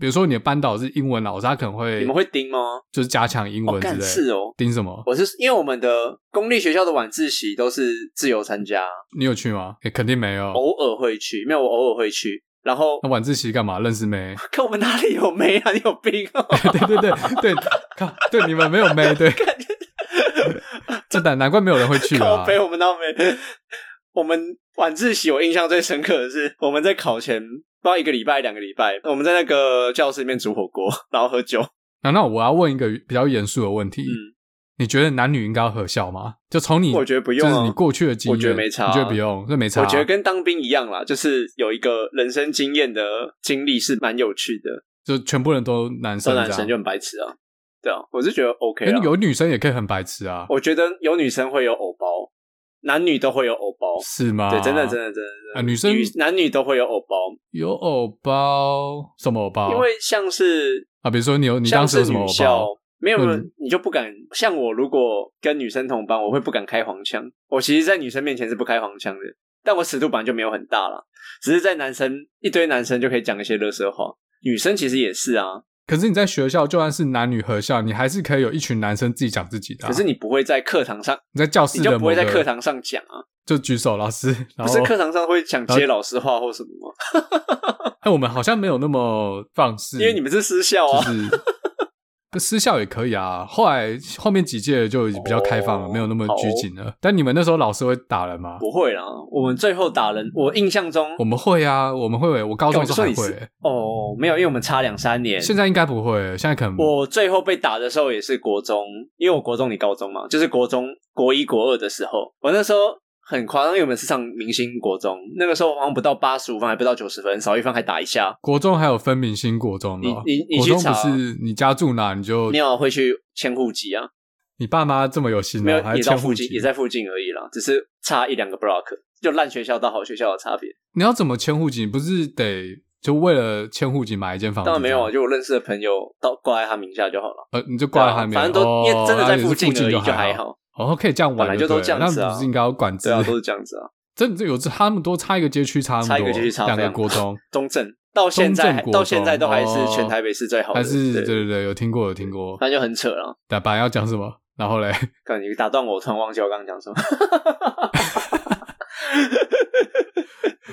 Speaker 1: 比如说你的班导是英文老师，他可能会
Speaker 2: 你们会盯吗？
Speaker 1: 就是加强英
Speaker 2: 哦，
Speaker 1: 文之类
Speaker 2: 干
Speaker 1: 的。
Speaker 2: 是哦。
Speaker 1: 盯什么？
Speaker 2: 我是因为我们的公立学校的晚自习都是自由参加，
Speaker 1: 你有去吗？欸、肯定没有。
Speaker 2: 偶尔会去，没有我偶尔会去。然后
Speaker 1: 那晚自习干嘛？认识没？
Speaker 2: 看我们哪里有妹啊？你有病哦！
Speaker 1: 对对对对，靠，对你们没有妹，对， 这难难怪没有人会去
Speaker 2: 靠
Speaker 1: 啊。
Speaker 2: 背我们那没。我们晚自习，我印象最深刻的是我们在考前不知道一个礼拜、两个礼拜，我们在那个教室里面煮火锅，然后喝酒。
Speaker 1: 那那我要问一个比较严肃的问题，
Speaker 2: 嗯，
Speaker 1: 你觉得男女应该要合校吗？就从你
Speaker 2: 我觉得不用啊
Speaker 1: 就是你过去的经验，
Speaker 2: 我觉得没差啊
Speaker 1: 你觉得不用，这没差啊、
Speaker 2: 我觉得跟当兵一样啦，就是有一个人生经验的经历是蛮有趣的。
Speaker 1: 就全部人都男生
Speaker 2: 做
Speaker 1: 这
Speaker 2: 男
Speaker 1: 样，
Speaker 2: 生就很白痴啊，对啊，我是觉得 OK
Speaker 1: 欸
Speaker 2: 啊。
Speaker 1: 有女生也可以很白痴啊，
Speaker 2: 我觉得有女生会有偶包，男女都会有偶包。
Speaker 1: 是吗？
Speaker 2: 对，真的，真的，真的，真的
Speaker 1: 啊啊女生
Speaker 2: 男女都会有偶包，
Speaker 1: 有偶包，什么偶包？
Speaker 2: 因为像是
Speaker 1: 啊，比如说你有你
Speaker 2: 像
Speaker 1: 当时有什
Speaker 2: 是
Speaker 1: 么
Speaker 2: 女
Speaker 1: 偶
Speaker 2: 校
Speaker 1: 包？，
Speaker 2: 没有没有
Speaker 1: 嗯，
Speaker 2: 你就不敢。像我如果跟女生同班，我会不敢开黄腔。我其实，在女生面前是不开黄腔的，但我尺度本来就没有很大啦，只是在男生一堆男生就可以讲一些乐色话，女生其实也是啊。
Speaker 1: 可是你在学校，就算是男女合校，你还是可以有一群男生自己讲自己的啊、
Speaker 2: 可是你不会在课堂上，
Speaker 1: 你在教室
Speaker 2: 你
Speaker 1: 的
Speaker 2: 就
Speaker 1: 某
Speaker 2: 不会在
Speaker 1: 个
Speaker 2: 课堂上讲啊，
Speaker 1: 就举手，老师，然
Speaker 2: 不
Speaker 1: 后
Speaker 2: 是课堂上会想接老师话或什么吗？
Speaker 1: 哎，我们好像没有那么放肆，
Speaker 2: 因为你们是私校啊
Speaker 1: 就。是 跟私校也可以啊。后来后面几届就已经比较开放了，
Speaker 2: 哦
Speaker 1: 没有那么拘谨了。但你们那时候老师会打人吗？
Speaker 2: 不会啦，我们最后打人，我印象中
Speaker 1: 我们会啊，我们会，我高中的时候还
Speaker 2: 哎干我就
Speaker 1: 会、
Speaker 2: 说你哦没有，因为我们差两三年。
Speaker 1: 现在应该不会，现在可能
Speaker 2: 我最后被打的时候也是国中，因为我国中你高中嘛，就是国中国一国二的时候，我那时候很夸张，因为我们是上明星国中，那个时候好像不到八十五分，还不到九十分，少一分还打一下。
Speaker 1: 国中还有分明星国中的哦，
Speaker 2: 你你你
Speaker 1: 国
Speaker 2: 去
Speaker 1: 中不
Speaker 2: 查
Speaker 1: 是你家住哪你就
Speaker 2: 没有会去迁户籍啊，
Speaker 1: 你爸妈这么有心
Speaker 2: 没
Speaker 1: 哦、
Speaker 2: 有
Speaker 1: 还
Speaker 2: 也到
Speaker 1: 迁
Speaker 2: 附
Speaker 1: 户
Speaker 2: 近，
Speaker 1: 籍
Speaker 2: 也在附近而已啦，只是差一两个 block，就烂学校到好学校的差别。
Speaker 1: 你要怎么迁户籍？你不是得就为了迁户籍买一间房子？
Speaker 2: 当然没有，啊就我认识的朋友到挂在他名下就好了，
Speaker 1: 呃，你就挂在
Speaker 2: 对啊
Speaker 1: 他面，
Speaker 2: 反正都
Speaker 1: 哦
Speaker 2: 因为真的在
Speaker 1: 啊也是
Speaker 2: 附近而
Speaker 1: 就
Speaker 2: 已，就
Speaker 1: 还
Speaker 2: 还。好。
Speaker 1: 哦，可以这样玩
Speaker 2: 本来
Speaker 1: 就
Speaker 2: 就
Speaker 1: 对
Speaker 2: 都
Speaker 1: 了
Speaker 2: 这样子啊
Speaker 1: 那不是应该要管制？
Speaker 2: 对啊，都是这样子啊。
Speaker 1: 真的有他们多差一个街区，差那么
Speaker 2: 差一
Speaker 1: 多，
Speaker 2: 个街区差
Speaker 1: 两
Speaker 2: 非
Speaker 1: 个
Speaker 2: 常
Speaker 1: 国中，
Speaker 2: 中正到现在
Speaker 1: 中正
Speaker 2: 还
Speaker 1: 国中哦
Speaker 2: 到现在都还是全台北市最好的，
Speaker 1: 还是对
Speaker 2: 对，
Speaker 1: 对对，有听过有听过。
Speaker 2: 那就很扯了。
Speaker 1: 打本来要讲什么，然 后嘞，
Speaker 2: 看你打断我，我突然忘记我刚刚讲什么。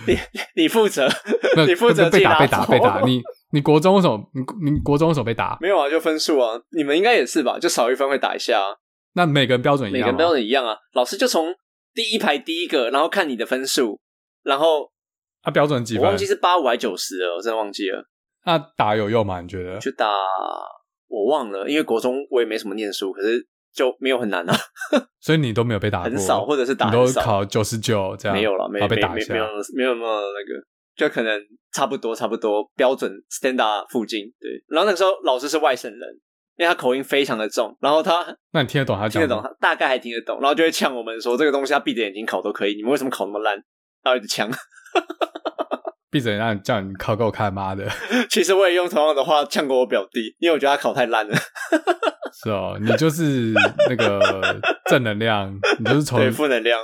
Speaker 2: 你你负责，
Speaker 1: 那
Speaker 2: 你负责
Speaker 1: 被
Speaker 2: 自己
Speaker 1: 打
Speaker 2: 拿
Speaker 1: 被打被打，
Speaker 2: 走
Speaker 1: 你你国中为什么你你国中为什么被打？
Speaker 2: 没有啊，就分数啊，你们应该也是吧？就少一分会打一下、啊，
Speaker 1: 那每个人标准一
Speaker 2: 每个
Speaker 1: 样
Speaker 2: 人
Speaker 1: 吗
Speaker 2: 标准一样啊。老师就从第一排第一个，然后看你的分数，然后
Speaker 1: 啊标准几
Speaker 2: 我
Speaker 1: 分
Speaker 2: 忘记？是八五还九十了，我真的忘记了，
Speaker 1: 那打有用吗？你觉得？
Speaker 2: 就打我忘了，因为国中我也没什么念书，可是就没有很难啊，
Speaker 1: 所以你都没有被打过，
Speaker 2: 很少或者是打
Speaker 1: 你
Speaker 2: 很
Speaker 1: 都
Speaker 2: 少。
Speaker 1: 考九十九这样，
Speaker 2: 没有了，
Speaker 1: 啊
Speaker 2: 没
Speaker 1: 然后
Speaker 2: 没
Speaker 1: 被打一
Speaker 2: 没
Speaker 1: 下
Speaker 2: 没有没有那么那个，就可能差不多差不多标准 standard 附近对。然后那个时候老师是外省人，因为他口音非常的重，然后他
Speaker 1: 那你听得懂他
Speaker 2: 听
Speaker 1: 讲
Speaker 2: 得
Speaker 1: 吗？
Speaker 2: 懂，他大概还听得懂，然后就会呛我们说这个东西他啊闭着眼睛考都可以，你们为什么考那么烂？然后一直呛。
Speaker 1: 闭着眼让你叫你考给我看，妈的！
Speaker 2: 其实我也用同样的话呛过我表弟，因为我觉得他考太 烂了。
Speaker 1: 是哦，你就是那个正能量，你就是从
Speaker 2: 对负能量。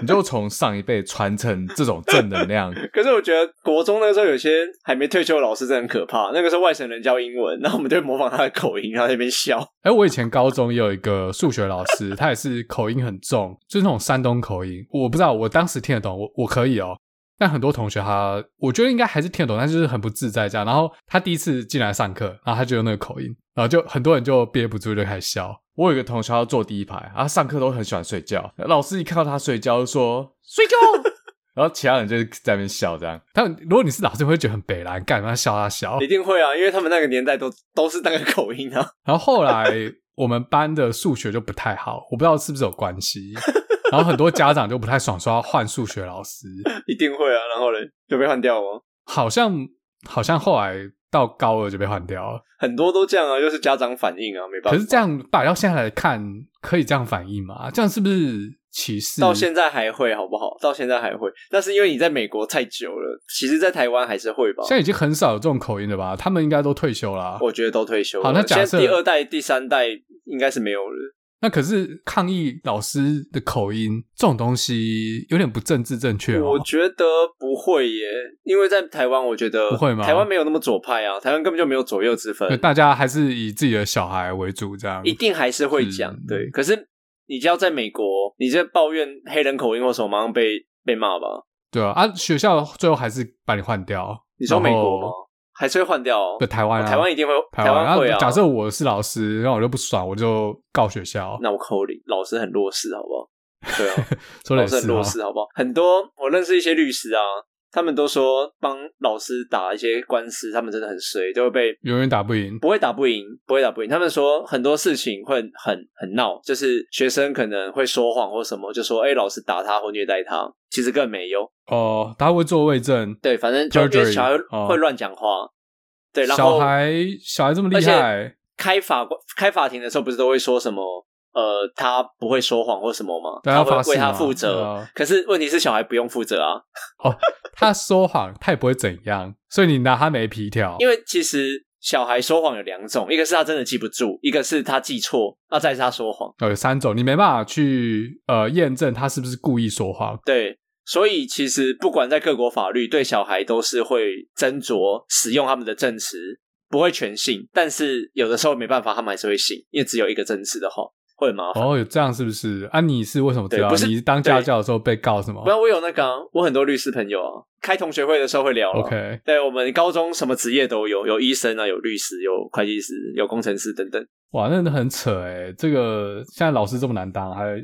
Speaker 3: 你就从上一辈传承这种正能量，
Speaker 2: 可是我觉得国中那个时候有些还没退休的老师真的很可怕。那个时候外省人教英文，然后我们就会模仿他的口音，然后在那边笑。
Speaker 1: 哎、我以前高中也有一个数学老师，他也是口音很重，就是那种山东口音。我不知道，我当时听得懂，我我可以哦。但很多同学他，我觉得应该还是听得懂，但就是很不自在这样。然后他第一次进来上课，然后他就用那个口音，然后就很多人就憋不住就开始笑。
Speaker 3: 我有一个同学要坐第一排，啊，上课都很喜欢睡觉，老师一看到他睡觉就说睡觉，然后其他人就是在那边笑这样。
Speaker 1: 但如果你是老师，会觉得很北蓝，干嘛笑他笑？
Speaker 2: 一定会啊，因为他们那个年代都都是那个口音啊。
Speaker 1: 然后后来我们班的数学就不太好，我不知道是不是有关系。然后很多家长就不太爽，说要换数学老师。
Speaker 2: 一定会啊，然后嘞就被换掉吗？
Speaker 1: 好像好像后来到高二就被换掉了。
Speaker 2: 很多都这样啊，就是家长反应啊，没办法。
Speaker 1: 可是这样摆到现在来看，可以这样反应吗？这样是不是歧视？
Speaker 2: 到现在还会好不好？到现在还会，但是因为你在美国太久了，其实，在台湾还是会吧。
Speaker 1: 现在已经很少有这种口音了吧？他们应该都退休啦、啊
Speaker 2: 我觉得都退休了，
Speaker 1: 好那假设
Speaker 2: 现在第二代、第三代应该是没有了。
Speaker 1: 那可是抗议老师的口音这种东西有点不政治正确哦
Speaker 2: 我。觉得不会耶，因为在台湾，我觉得
Speaker 1: 不会吗
Speaker 2: 台湾没有那么左派啊，台湾根本就没有左右之分
Speaker 1: 对，，大家还是以自己的小孩为主，这样
Speaker 2: 一定还是会讲
Speaker 1: 是
Speaker 2: 对。可是你只要在美国，你这抱怨黑人口音或什么，马上被被骂吧？
Speaker 1: 对啊。啊，学校最后还是把你换掉。
Speaker 2: 你说美国吗
Speaker 1: 然后？
Speaker 2: 还是会换掉哦？
Speaker 1: 对，台湾、啊，
Speaker 2: 台湾一定会，
Speaker 1: 台
Speaker 2: 台湾会
Speaker 1: 然
Speaker 2: 啊。
Speaker 1: 后假设我是老师，然后我就不爽，我就告学校。
Speaker 2: 那我扣零，老师很弱势，好不好？对 啊，
Speaker 1: 说的
Speaker 2: 老
Speaker 1: 也
Speaker 2: 师很
Speaker 1: 是
Speaker 2: 弱
Speaker 1: 哦，
Speaker 2: 势，好不好？很多我认识一些律师啊，他们都说帮老师打一些官司，他们真的很衰，都会被
Speaker 1: 永远打不赢。
Speaker 2: 不会打不赢，不会打不赢。他们说很多事情会很很闹，就是学生可能会说谎或什么，就说哎、老师打他或虐待他，其实根本没有。
Speaker 1: 哦，他会做位证。
Speaker 2: 对，反正就
Speaker 1: Perjury，
Speaker 2: 因为小孩
Speaker 1: 哦
Speaker 2: 会乱讲话，对，然
Speaker 1: 小
Speaker 2: 后
Speaker 1: 孩小孩这么厉
Speaker 2: 而
Speaker 1: 害，
Speaker 2: 开法官开法庭的时候，不是都会说什么？呃，他不会说谎或什么吗？
Speaker 1: 对
Speaker 2: 他
Speaker 1: 要发
Speaker 2: 会为
Speaker 1: 誓
Speaker 2: 他
Speaker 1: 嘛
Speaker 2: 负责。
Speaker 1: 对啊哦
Speaker 2: 可是问题是，小孩不用负责啊。
Speaker 1: 他说谎他也不会怎样，所以你拿他没皮条。
Speaker 2: 因为其实小孩说谎有两种，一个是他真的记不住，一个是他记错，那再是他说谎。
Speaker 1: 哦，有三种，你没办法去呃验证他是不是故意说谎。
Speaker 2: 对，所以其实不管在各国法律，对小孩都是会斟酌使用他们的证词，不会全信，但是有的时候没办法，他们还是会信，因为只有一个证词的话会很麻烦。
Speaker 1: 哦，有这样是不是？啊，你是为什么知
Speaker 2: 对
Speaker 1: 道？
Speaker 2: 不是
Speaker 1: 你当家教的时候被告什么
Speaker 2: 不然我有那个啊、我很多律师朋友啊，开同学会的时候会聊啦
Speaker 1: ？OK，
Speaker 2: 对我们高中什么职业都有，有医生啊，有律师，有会计师，有工程师等等，
Speaker 1: 哇，那很扯哎、这个现在老师这么难当，还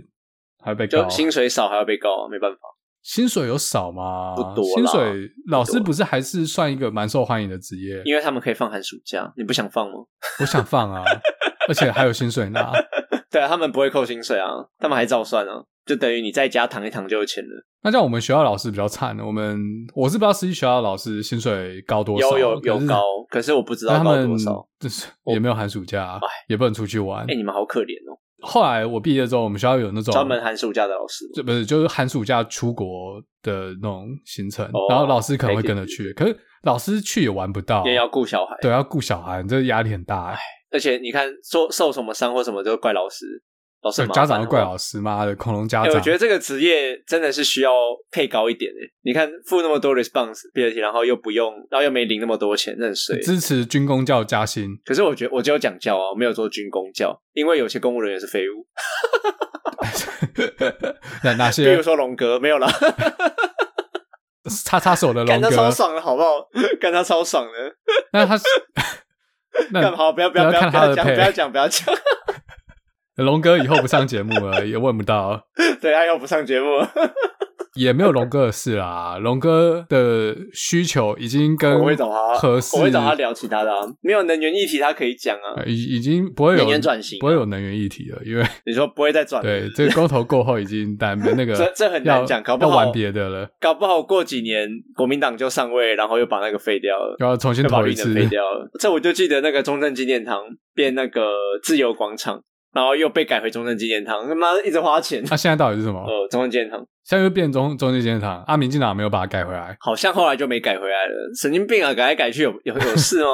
Speaker 1: 还被告
Speaker 2: 就，薪水少还要被告、啊，没办法。
Speaker 1: 薪水有少吗？
Speaker 2: 不多啦
Speaker 1: 薪水老师不是还是算一个蛮受欢迎的职业？
Speaker 2: 因为他们可以放寒暑假，你不想放吗？
Speaker 1: 我想放啊，而且还有薪水拿。
Speaker 2: 对啊，他们不会扣薪水啊，他们还照算啊，就等于你在家躺一躺就有钱了。
Speaker 1: 那像我们学校老师比较惨，我们我是不知道实际学校老师薪水高多少，
Speaker 2: 有有
Speaker 1: 可
Speaker 2: 有
Speaker 1: 是
Speaker 2: 高，可是我不知
Speaker 1: 但
Speaker 2: 道
Speaker 1: 他
Speaker 2: 高
Speaker 1: 们
Speaker 2: 多少。
Speaker 1: 就是也没有寒暑假，也不能出去玩
Speaker 2: 哎、。你们好可怜哦，
Speaker 1: 后来我毕业之后，我们学校有那种
Speaker 2: 专门寒暑假的老师
Speaker 1: 这不是就是寒暑假出国的那种行程，
Speaker 2: 哦
Speaker 1: 然后老师可能会跟着去，可是老师去也玩不到，
Speaker 2: 也要顾小孩，
Speaker 1: 哦对要顾小孩，这压力很大、欸。
Speaker 2: 而且你看受受什么伤或什么都怪老师，老师
Speaker 1: 对
Speaker 2: 很麻
Speaker 1: 家
Speaker 2: 烦
Speaker 1: 长都怪
Speaker 2: 好
Speaker 1: 老师，妈的，恐龙家
Speaker 2: 不好。哎、
Speaker 1: 长。
Speaker 2: 我觉得这个职业真的是需要配高一点诶。你看付那么多 responsibility，然后又不用，然后又没领那么多钱，那很衰。
Speaker 1: 支持军工教加薪，
Speaker 2: 可是我觉得我只有讲教啊，我没有做军工教，因为有些公务人员是废物，
Speaker 1: 哪 哪
Speaker 2: 比如
Speaker 1: 些
Speaker 2: 说龙哥没有 啦。
Speaker 1: 叉叉 手的龙
Speaker 2: 干他超
Speaker 1: 哥？
Speaker 2: 爽的好不好？干他超爽的，
Speaker 1: 那 他是
Speaker 2: 干
Speaker 1: 那
Speaker 2: 好不要不要
Speaker 1: 不
Speaker 2: 不
Speaker 1: 要嗯
Speaker 2: 要
Speaker 1: 看
Speaker 2: 不
Speaker 1: 他的
Speaker 2: 要讲
Speaker 1: 配
Speaker 2: 不要讲不要讲，
Speaker 1: 龙哥以后不上节目了，也问不到，
Speaker 2: 对，他又不上节目了，
Speaker 1: 也没有龙哥的事啦。龙哥的需求已经跟
Speaker 2: 我会找他，
Speaker 1: 合适，
Speaker 2: 我会找他聊其他的、啊，没有能源议题他可以讲啊
Speaker 1: 呃，，已已经不会有
Speaker 2: 能源转型啊
Speaker 1: 不会有能源议题了，因为
Speaker 2: 你说不会再转，
Speaker 1: 对，这个公投过后已经但那个
Speaker 2: 这这很难
Speaker 1: 要
Speaker 2: 讲搞不好
Speaker 1: 要玩别的了，
Speaker 2: 搞不好过几年国民党就上位，然后又把那个废掉了。
Speaker 1: 要重新
Speaker 2: 又把
Speaker 1: 投
Speaker 2: 绿
Speaker 1: 一
Speaker 2: 能
Speaker 1: 次。
Speaker 2: 废掉了，这我就记得那个中正纪念堂变那个自由广场，然后又被改回中正纪念堂，他妈一直花钱。
Speaker 1: 那、现在到底是什么？
Speaker 2: 呃，中正纪念堂
Speaker 1: 现在又变中中间监堂，啊，民进党没有把它改回来，
Speaker 2: 好像后来就没改回来了，神经病啊！改来改去有有有事吗？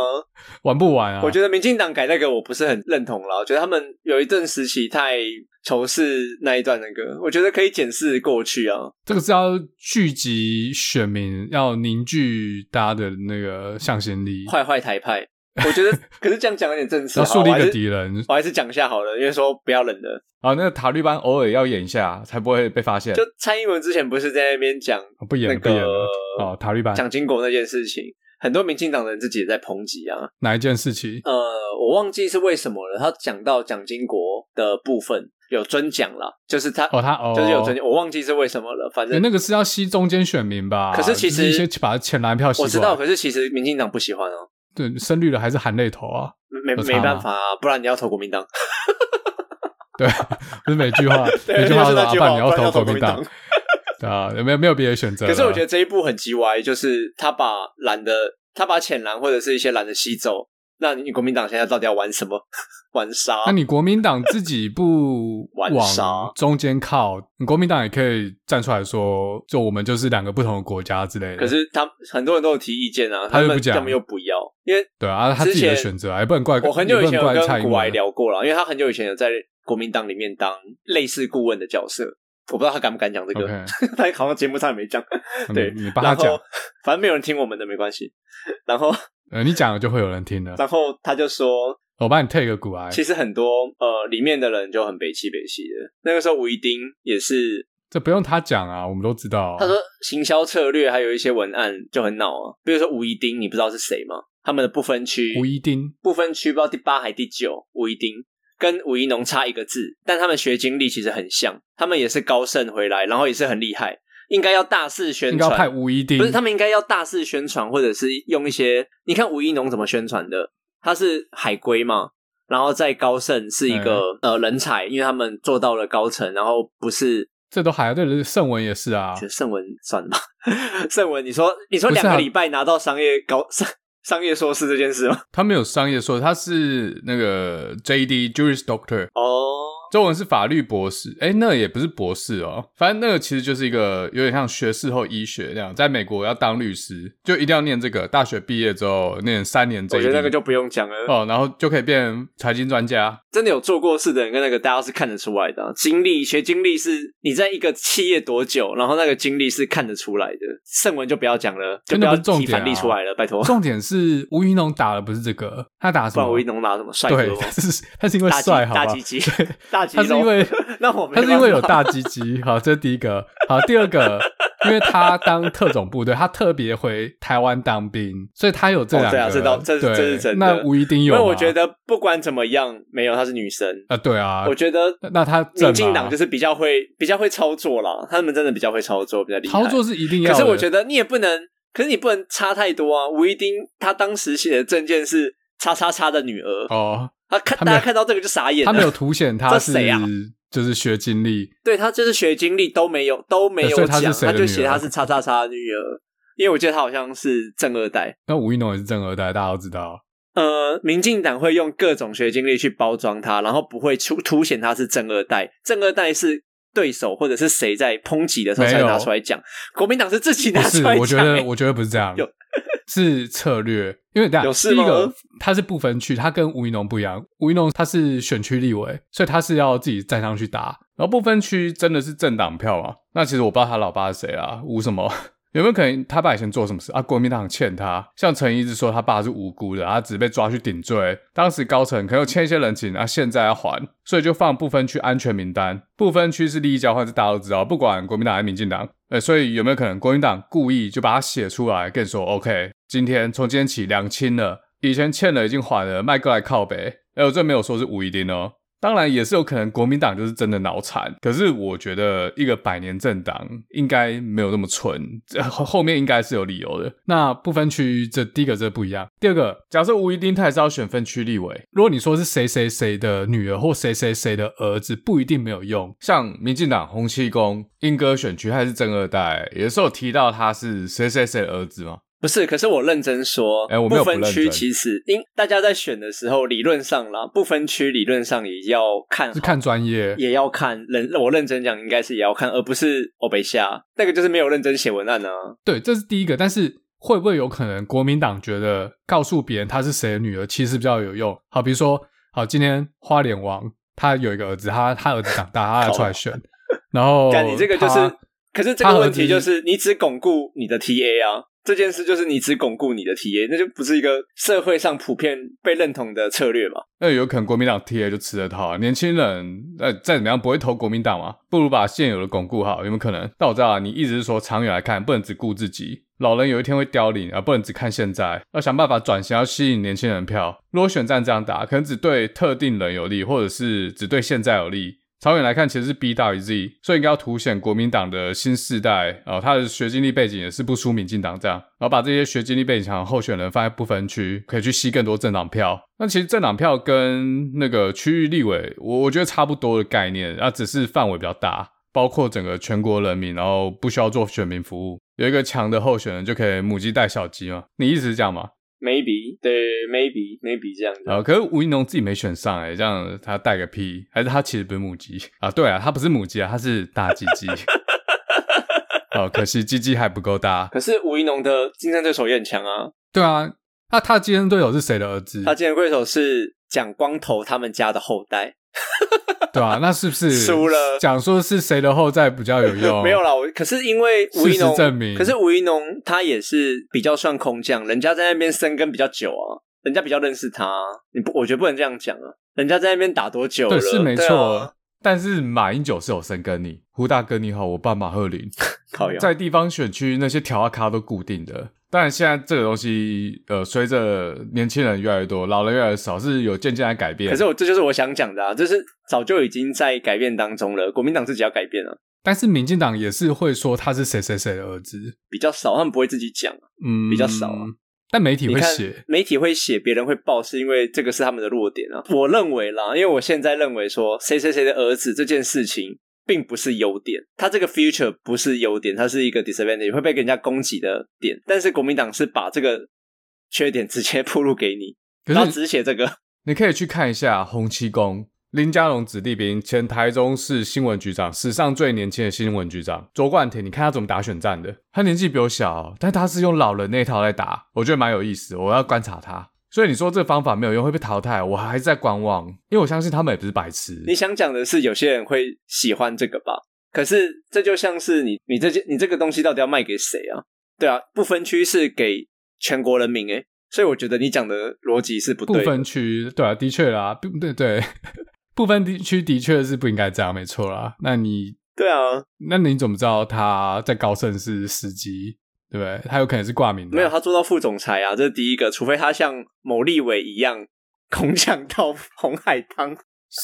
Speaker 1: 玩不玩啊？
Speaker 2: 我觉得民进党改那个我不是很认同啦，我觉得他们有一阵时期太仇视那一段那个，我觉得可以检视过去啊。
Speaker 1: 这个是要聚集选民，要凝聚大家的那个向心力，
Speaker 2: 坏坏台派，我觉得 可是这样讲有点政治
Speaker 1: 要
Speaker 2: 啊，
Speaker 1: 树立一
Speaker 2: 我还
Speaker 1: 个
Speaker 2: 是
Speaker 1: 敌人。
Speaker 2: 我还是讲一下好了，因为说不要冷的。
Speaker 3: 啊，那个塔利班偶尔要演一下，才不会被发现
Speaker 2: 就。蔡英文之前不是在那边讲
Speaker 1: 哦不演
Speaker 2: 那
Speaker 1: 了，不演
Speaker 2: 个
Speaker 1: 了。哦，塔利班
Speaker 2: 蒋经国那件事情，很多民进党的人自己也在抨击啊。
Speaker 1: 哪一件事情？
Speaker 2: 呃，我忘记是为什么了。他讲到蒋经国的部分有尊讲啦，就是他、
Speaker 1: 哦，他哦，
Speaker 2: 就是有尊，我忘记是为什么了，反
Speaker 1: 欸
Speaker 2: 正
Speaker 1: 那个是要吸中间选民吧？
Speaker 2: 可是其实
Speaker 1: 啊就一些把前蓝票吸过
Speaker 2: 我
Speaker 1: 来，
Speaker 2: 知道，可是其实民进党不喜欢哦，
Speaker 1: 对，深绿的还是含泪头啊，
Speaker 2: 没
Speaker 1: 有
Speaker 2: 没
Speaker 1: 差吗
Speaker 2: 没办法啊，不然你要投国民党，
Speaker 1: 对，不是每句 话，每句
Speaker 2: 就
Speaker 1: 话
Speaker 2: 是
Speaker 1: 都
Speaker 2: 那句
Speaker 1: 老
Speaker 2: 话，
Speaker 1: 板你
Speaker 2: 不然
Speaker 1: 投国
Speaker 2: 投民
Speaker 1: 民党，。 对啊，有没有没有别的选择了？
Speaker 2: 可是我觉得这一步很极歪，就是他把蓝的，他把浅蓝或者是一些蓝的吸走，那你国民党现在到底要玩什么？ 玩沙？
Speaker 1: 那你国民党自己不
Speaker 2: 玩
Speaker 1: 往
Speaker 2: 沙
Speaker 1: 中间靠，你国民党也可以站出来说，就我们就是两个不同的国家之类的。
Speaker 2: 可是他很多人都有提意见啊，
Speaker 1: 他
Speaker 2: 他
Speaker 1: 又不
Speaker 2: 们
Speaker 1: 讲
Speaker 2: 他们又不要，因为
Speaker 1: 对啊，他自己
Speaker 2: 之
Speaker 1: 的
Speaker 2: 前
Speaker 1: 选择啊，也不能怪
Speaker 2: 我很久以前
Speaker 1: 也
Speaker 2: 有
Speaker 1: 不能怪蔡
Speaker 2: 跟
Speaker 1: 英
Speaker 2: 古埃
Speaker 1: 文。啊
Speaker 2: 聊过了，因为他很久以前有在国民党里面当类似顾问的角色。我不知道他敢不敢讲这 个
Speaker 1: OK，嗯
Speaker 2: 他好像节目上也没讲。对，
Speaker 1: 你你帮他
Speaker 2: 然
Speaker 1: 讲
Speaker 2: 后，反正没有人听我们的没关系。 然后，
Speaker 1: 呃，你讲了就会有人听 了。哦
Speaker 2: 然后他就说，
Speaker 1: 我帮你 take 个骨癌，
Speaker 2: 其实很多呃里面的人就很北气北气的。那个时候吴一丁也是，
Speaker 1: 这不用他讲啊，我们都知道。
Speaker 2: 他说行销策略还有一些文案就很恼啊，比如说吴一丁，你不知道是谁吗？他们的不分区，
Speaker 1: 吴一丁，
Speaker 2: 不分区不知道第八还第九，吴一丁跟吴一农差一个字，但他们学经历其实很像，他们也是高盛回来，然后也是很厉害，应该要大肆宣
Speaker 1: 应该要
Speaker 2: 传，
Speaker 1: 派吴一丁，
Speaker 2: 不是，他们应该要大肆宣传，或者是用一些，你看吴一农怎么宣传的？他是海归嘛，然后在高盛是一个、
Speaker 1: 嗯
Speaker 2: 呃人才，因为他们做到了高层，然后不是
Speaker 1: 这都还对，圣文也是啊
Speaker 2: 觉，得盛文算了吧，盛文，你说你说
Speaker 1: 不是啊
Speaker 2: 两个礼拜拿到商业高 商商业硕士这件事吗？
Speaker 1: 他没有商业硕士，他是那个 JD Juris Doctor，
Speaker 2: 哦，
Speaker 1: 中文是法律博士，哎，那也不是博士哦，反正那个其实就是一个有点像学士后医学那样，在美国要当律师就一定要念这个，大学毕业之后念三年
Speaker 2: 我
Speaker 1: JD，
Speaker 2: 觉得那个就不用讲了，
Speaker 1: 哦，然后就可以变财经专家，
Speaker 2: 真的有做过事的人跟那个大家是看得出来的啊、经历学经历是你在一个企业多久，然后那个经历是看得出来的。圣文就不要讲了，就
Speaker 1: 真
Speaker 2: 不
Speaker 1: 的
Speaker 2: 要
Speaker 1: 不是重
Speaker 2: 提
Speaker 1: 点啊
Speaker 2: 反例出来了，拜托。
Speaker 1: 重点是吴一农打的不是这个，他打什
Speaker 2: 不然
Speaker 1: 么
Speaker 2: 吴？一农拿什么帅哥
Speaker 1: 对，
Speaker 2: 吗
Speaker 1: 他？是他是因为
Speaker 2: 大鸡
Speaker 1: 帅，好吧？
Speaker 2: 大鸡鸡
Speaker 1: 对，
Speaker 2: 大鸡
Speaker 1: 他
Speaker 2: 龙，
Speaker 1: 是因为
Speaker 2: 那我没
Speaker 1: 他是因为有
Speaker 2: 办法
Speaker 1: 大鸡鸡，好，这是第一个。好，第二个，因为他当特种部队，他特别回台湾当兵，所以他有这
Speaker 2: 哦
Speaker 1: 两
Speaker 2: 对
Speaker 1: 个。
Speaker 2: 啊这倒这是
Speaker 1: 对
Speaker 2: 这是真的
Speaker 1: 那吴一定有
Speaker 2: 因
Speaker 1: 吗。
Speaker 2: 为我觉得不管怎么样，没有她是女生，
Speaker 1: 啊，对啊
Speaker 2: 我，觉得
Speaker 1: 那那他正啊
Speaker 2: 民
Speaker 1: 吗
Speaker 2: 进党就是比较会比较会操作啦，他们真的比较会操作，比较厉害。
Speaker 1: 操作是一定要
Speaker 2: 可
Speaker 1: 的。
Speaker 2: 是我觉得你也不能，可是你不能差太多啊。吴一丁他当时写的证件是叉叉叉的女儿，
Speaker 1: 哦，
Speaker 2: 他看
Speaker 1: 他没
Speaker 2: 大
Speaker 1: 有
Speaker 2: 家看到这个就傻眼
Speaker 1: 他
Speaker 2: 了。
Speaker 1: 没有凸显他
Speaker 2: 这
Speaker 1: 是
Speaker 2: 谁啊
Speaker 1: 就是学经历，
Speaker 2: 对他就是学经历都没有都没有
Speaker 1: 所以
Speaker 2: 讲，
Speaker 1: 他是谁的
Speaker 2: 就写
Speaker 1: 女儿
Speaker 2: 他是叉叉叉的女儿，因为我记得他好像是正二代。
Speaker 1: 那吴一农也是正二代，大家都知道。
Speaker 2: 呃，民进党会用各种学经历去包装他，然后不会出凸显他是正二代。正二代是对手或者是谁在抨击的时候才
Speaker 1: 没有
Speaker 2: 拿出来讲，国民党是自己
Speaker 1: 不
Speaker 2: 拿出
Speaker 1: 是，
Speaker 2: 来讲、
Speaker 1: 我觉得
Speaker 2: 欸
Speaker 1: 我觉得不是这样
Speaker 2: 有，
Speaker 1: 是策略。因为等
Speaker 2: 有
Speaker 1: 一
Speaker 2: 事
Speaker 1: 下第一
Speaker 2: 吗
Speaker 1: 个他是不分区，他跟吴一农不一样。吴一农他是选区立委，所以他是要自己站上去打。然后不分区真的是政党票嘛？那其实我不知道他老爸是谁啊，吴什么？有没有可能他爸以前做什么事啊？国民党欠他，像陈一直说他爸是无辜的，他啊只被抓去顶罪。当时高层可能有欠一些人情，啊，现在要还，所以就放不分区安全名单。不分区是利益交换，这大家都知道，不管国民党还是民进党。呃，所以有没有可能国民党故意就把它写出来，跟你说，OK，今天从今天起两清了，以前欠了已经还了，卖过来靠北。哎，我这没有说是吴一丁哦，当然也是有可能国民党就是真的脑残，可是我觉得一个百年政党应该没有那么蠢， 这后后面应该是有理由的。那不分区这第一个这不一样，第二个假设吴一丁他也是要选分区立委，如果你说是谁谁谁的女儿或谁谁谁的儿子，不一定没有用。像民进党洪七公英歌选区还是正二代，也是有提到他是谁谁谁的儿子嘛，
Speaker 2: 不是，可是我认真说，
Speaker 1: 哎我没有不
Speaker 2: 分区
Speaker 1: 认真
Speaker 2: 其实因大家在选的时候，理论上啦，不分区理论上也要看好
Speaker 1: 是看专业。
Speaker 2: 也要看认，我认真讲应该是也要看，而不是欧北下那个就是没有认真写文案啊。
Speaker 1: 对，这是第一个。但是会不会有可能国民党觉得告诉别人他是谁的女儿，其实比较有用？好，比如说，好，今天花脸王他有一个儿子，他他儿子长大，他要出来选，然 后
Speaker 2: 但你这个就是
Speaker 1: 他，
Speaker 2: 可是这
Speaker 1: 他
Speaker 2: 个
Speaker 1: 儿
Speaker 2: 问题
Speaker 1: 子
Speaker 2: 就是你只巩固你的 TA 啊，这件事就是你只巩固你的 TA，那就不是一个社会上普遍被认同的策略嘛。
Speaker 1: 那有可能国民党 TA 就吃了套啊，年轻人呃再怎么样不会投国民党嘛，不如把现有的巩固好，有没有可能？但我知道啊，你一直是说长远来看，不能只顾自己，老人有一天会凋零啊，不能只看现在，要想办法转型，要吸引年轻人票。如果选战这样打，可能只对特定人有利，或者是只对现在有利。长远来看，其实是 B 大于 Z，所以应该要凸显国民党的新世代啊、呃他的学经历背景也是不输民进党这样，然后把这些学经历背景强的候选人放在不分区，可以去吸更多政党票。那其实政党票跟那个区域立委，我我觉得差不多的概念，啊，只是范围比较大，包括整个全国人民，然后不需要做选民服务，有一个强的候选人就可以母鸡带小鸡嘛，你一直讲嘛，
Speaker 2: Maybe 对，maybe maybe 这样子。
Speaker 1: 啊，可是吴一农自己没选上哎、欸，这样他带个屁，还是他其实不是母鸡 啊？对啊，他不是母鸡啊，他是大鸡 鸡。哦，可惜鸡鸡还不够大。
Speaker 2: 可是吴一农的竞争对手也很强啊，
Speaker 1: 对啊，那他的竞嗯争对手是谁的儿子？
Speaker 2: 他竞争对手是蒋光头他们家的后代。
Speaker 1: 对啊，那是不是
Speaker 2: 输了
Speaker 1: 讲说是谁的后代比较有用？
Speaker 2: 没有啦，我可是因为吴
Speaker 1: 哦事
Speaker 2: 一
Speaker 1: 实
Speaker 2: 农
Speaker 1: 证明
Speaker 2: 可是吴一农他也是比较算空降，人家在那边生根比较久啊，人家比较认识他啊、你不，我觉得不能这样讲啊。人家在那边打多久了？
Speaker 1: 对，是没
Speaker 2: 对啊
Speaker 1: 错。
Speaker 3: 但是马英九是有深耕你，胡大哥你好，我爸马赫林，
Speaker 2: 靠腰
Speaker 3: 在地方选区那些调啊咖都固定的。当然，现在这个东西，呃，随着年轻人越来越多，老人越来越少，是有渐渐的改变。
Speaker 2: 可是我这就是我想讲的啊，就是早就已经在改变当中了。国民党自己要改变啊，
Speaker 1: 但是民进党也是会说他是谁谁谁的儿子，
Speaker 2: 比较少，他们不会自己讲啊。
Speaker 1: 嗯，
Speaker 2: 比较少啊
Speaker 1: 但媒体
Speaker 2: 你
Speaker 1: 会
Speaker 2: 看
Speaker 1: 写，
Speaker 2: 媒体会写，别人会报，是因为这个是他们的弱点啊。我认为啦，因为我现在认为说谁谁谁的儿子这件事情并不是优点，他这个 future 不是优点，它是一个 disadvantage 会被人家攻击的点。但是国民党是把这个缺点直接铺露给你，然
Speaker 3: 可
Speaker 2: 后
Speaker 3: 是
Speaker 2: 只写这个。
Speaker 3: 你可以去看一下洪七公。林佳龙子弟兵，前台中市新闻局长，史上最年轻的新闻局长卓冠廷，你看他怎么打选战的？他年纪比我小，但他是用老人那一套来打，我觉得蛮有意思，我要观察他。所以你说这方法没有用，会被淘汰，我还是在观望，因为我相信他们也不是白痴。
Speaker 2: 你想讲的是有些人会喜欢这个吧？可是这就像是你你这件你这个东西到底要卖给谁啊？对啊，不分区是给全国人民诶、所以我觉得你讲的逻辑是不
Speaker 1: 不
Speaker 2: 对的。
Speaker 1: 分区，对啊，的确啦，不对对， 不分地区的确是不应该这样，没错啦。那你
Speaker 2: 对啊，
Speaker 1: 那你怎么知道他在高盛是司机，对不对？他有可能是挂名的啊，
Speaker 2: 没有他做到副总裁啊，这是第一个，除非他像某立委一样空降到红海当，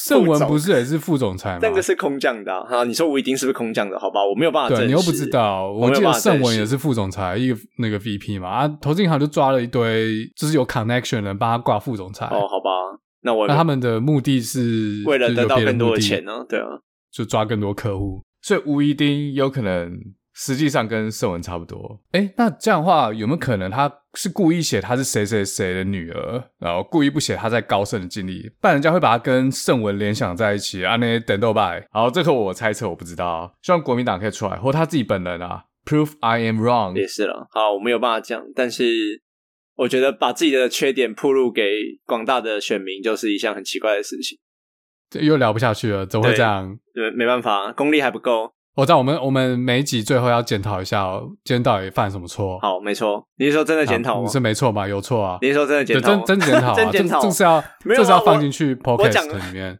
Speaker 1: 盛文
Speaker 2: 副总
Speaker 1: 不是也是副总裁吗？
Speaker 2: 那个是空降的啊哈、你说吴一定是不是空降的？好吧，我没有办法证
Speaker 1: 对啊
Speaker 2: 实。
Speaker 1: 你又不知道，
Speaker 2: 没
Speaker 1: 我
Speaker 2: 有
Speaker 1: 记
Speaker 2: 办
Speaker 1: 得
Speaker 2: 法
Speaker 1: 盛
Speaker 2: 证
Speaker 1: 文
Speaker 2: 实
Speaker 1: 也是副总裁，一个那个 VP 嘛，啊，投资银行就抓了一堆就是有 connection 的人帮他挂副总裁，
Speaker 2: 哦，好吧，那我也
Speaker 1: 那他们的目的是
Speaker 2: 为了
Speaker 1: 就是有
Speaker 2: 得到
Speaker 1: 别
Speaker 2: 更多
Speaker 1: 目
Speaker 2: 的
Speaker 1: 的
Speaker 2: 钱呢、啊，对啊，
Speaker 1: 就抓更多客户。
Speaker 3: 所以吴一丁有可能实际上跟盛文差不多。哎，那这样的话，有没有可能他是故意写他是谁谁谁的女儿，然后故意不写他在高盛的经历，不然人家会把他跟盛文联想在一起啊？那等豆拜，好，这个我猜测，我不知道啊，希望国民党可以出来，或他自己本人啊，prove I am wrong。
Speaker 2: 也是了。好，我没有办法讲，但是我觉得把自己的缺点铺露给广大的选民，就是一项很奇怪的事情。
Speaker 1: 这又聊不下去了，怎么会
Speaker 2: 对
Speaker 1: 这样？
Speaker 2: 对，没办法，功力还不够。
Speaker 3: 哦
Speaker 1: 我知道我们我们每一集最后要检讨一下哦、今天到底犯什么错？
Speaker 2: 好，没错。你是说真的
Speaker 1: 啊，
Speaker 2: 检讨哦吗？
Speaker 1: 是没错吧？有错啊，
Speaker 2: 你是说真的
Speaker 1: 对
Speaker 2: 检讨吗？哦
Speaker 1: 真真检 讨啊，
Speaker 2: 真检讨。
Speaker 1: 这这是要
Speaker 2: 没有啊
Speaker 1: 这是要
Speaker 2: 我
Speaker 1: 放进去
Speaker 2: 我讲
Speaker 1: podcast 里面。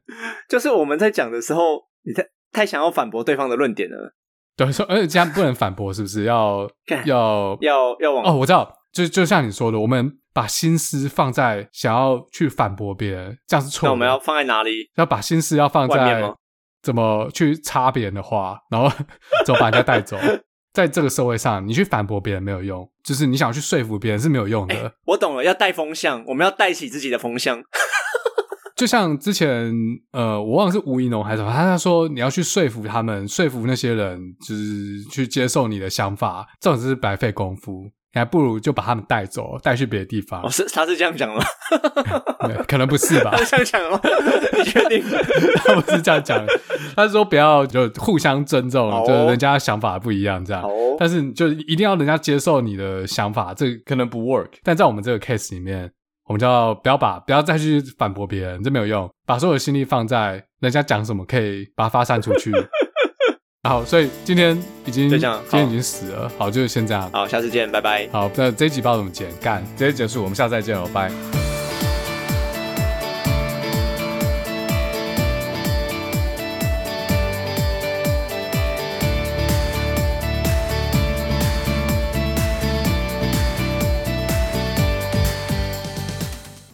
Speaker 2: 就是我们在讲的时候，你太太想要反驳对方的论点了，
Speaker 1: 对，说而且这样不能反驳，是不是？ 要
Speaker 2: 干
Speaker 1: 要
Speaker 2: 要要往、
Speaker 1: 哦，我知道，就就像你说的，我们把心思放在想要去反驳别人，这样是错的。
Speaker 2: 那我们要放在哪里？
Speaker 1: 要把心思要放
Speaker 2: 外面
Speaker 1: 在
Speaker 2: 吗
Speaker 1: 怎么去插别人的话，然后 怎么把人家 带走。在这个社会上，你去反驳别人没有用，就是你想去说服别人是没有用的。
Speaker 2: 我懂了，要带风向，我们要带起自己的风向。
Speaker 1: 就像之前，呃，我忘了是吴怡农还是什么，他他说你要去说服他们，说服那些人，就是去接受你的想法，这种只是白费功夫。你还不如就把他们带走，带去别的地方
Speaker 2: 哦，，是他是这样讲吗？
Speaker 1: 对可能不是吧
Speaker 2: 他？是这样讲吗？你确定？
Speaker 1: 他不是这样讲，他是说不要就互相尊重，
Speaker 2: 好哦
Speaker 1: 就是人家想法不一样这样。
Speaker 2: 好哦，
Speaker 1: 但是就一定要人家接受你的想法，这可能不 work。但在我们这个 case 里面，我们就要不要把不要再去反驳别人，这没有用，把所有的心力放在人家讲什么，可以把它发散出去。好，所以今天已经
Speaker 2: 就这样
Speaker 1: 今天
Speaker 2: 好
Speaker 1: 已经死了，好，就是先这样。
Speaker 2: 好，下次见，拜拜。
Speaker 1: 好，那这一集不知道怎么剪，干。
Speaker 3: 干，直接结束，我们下次再见哦，拜。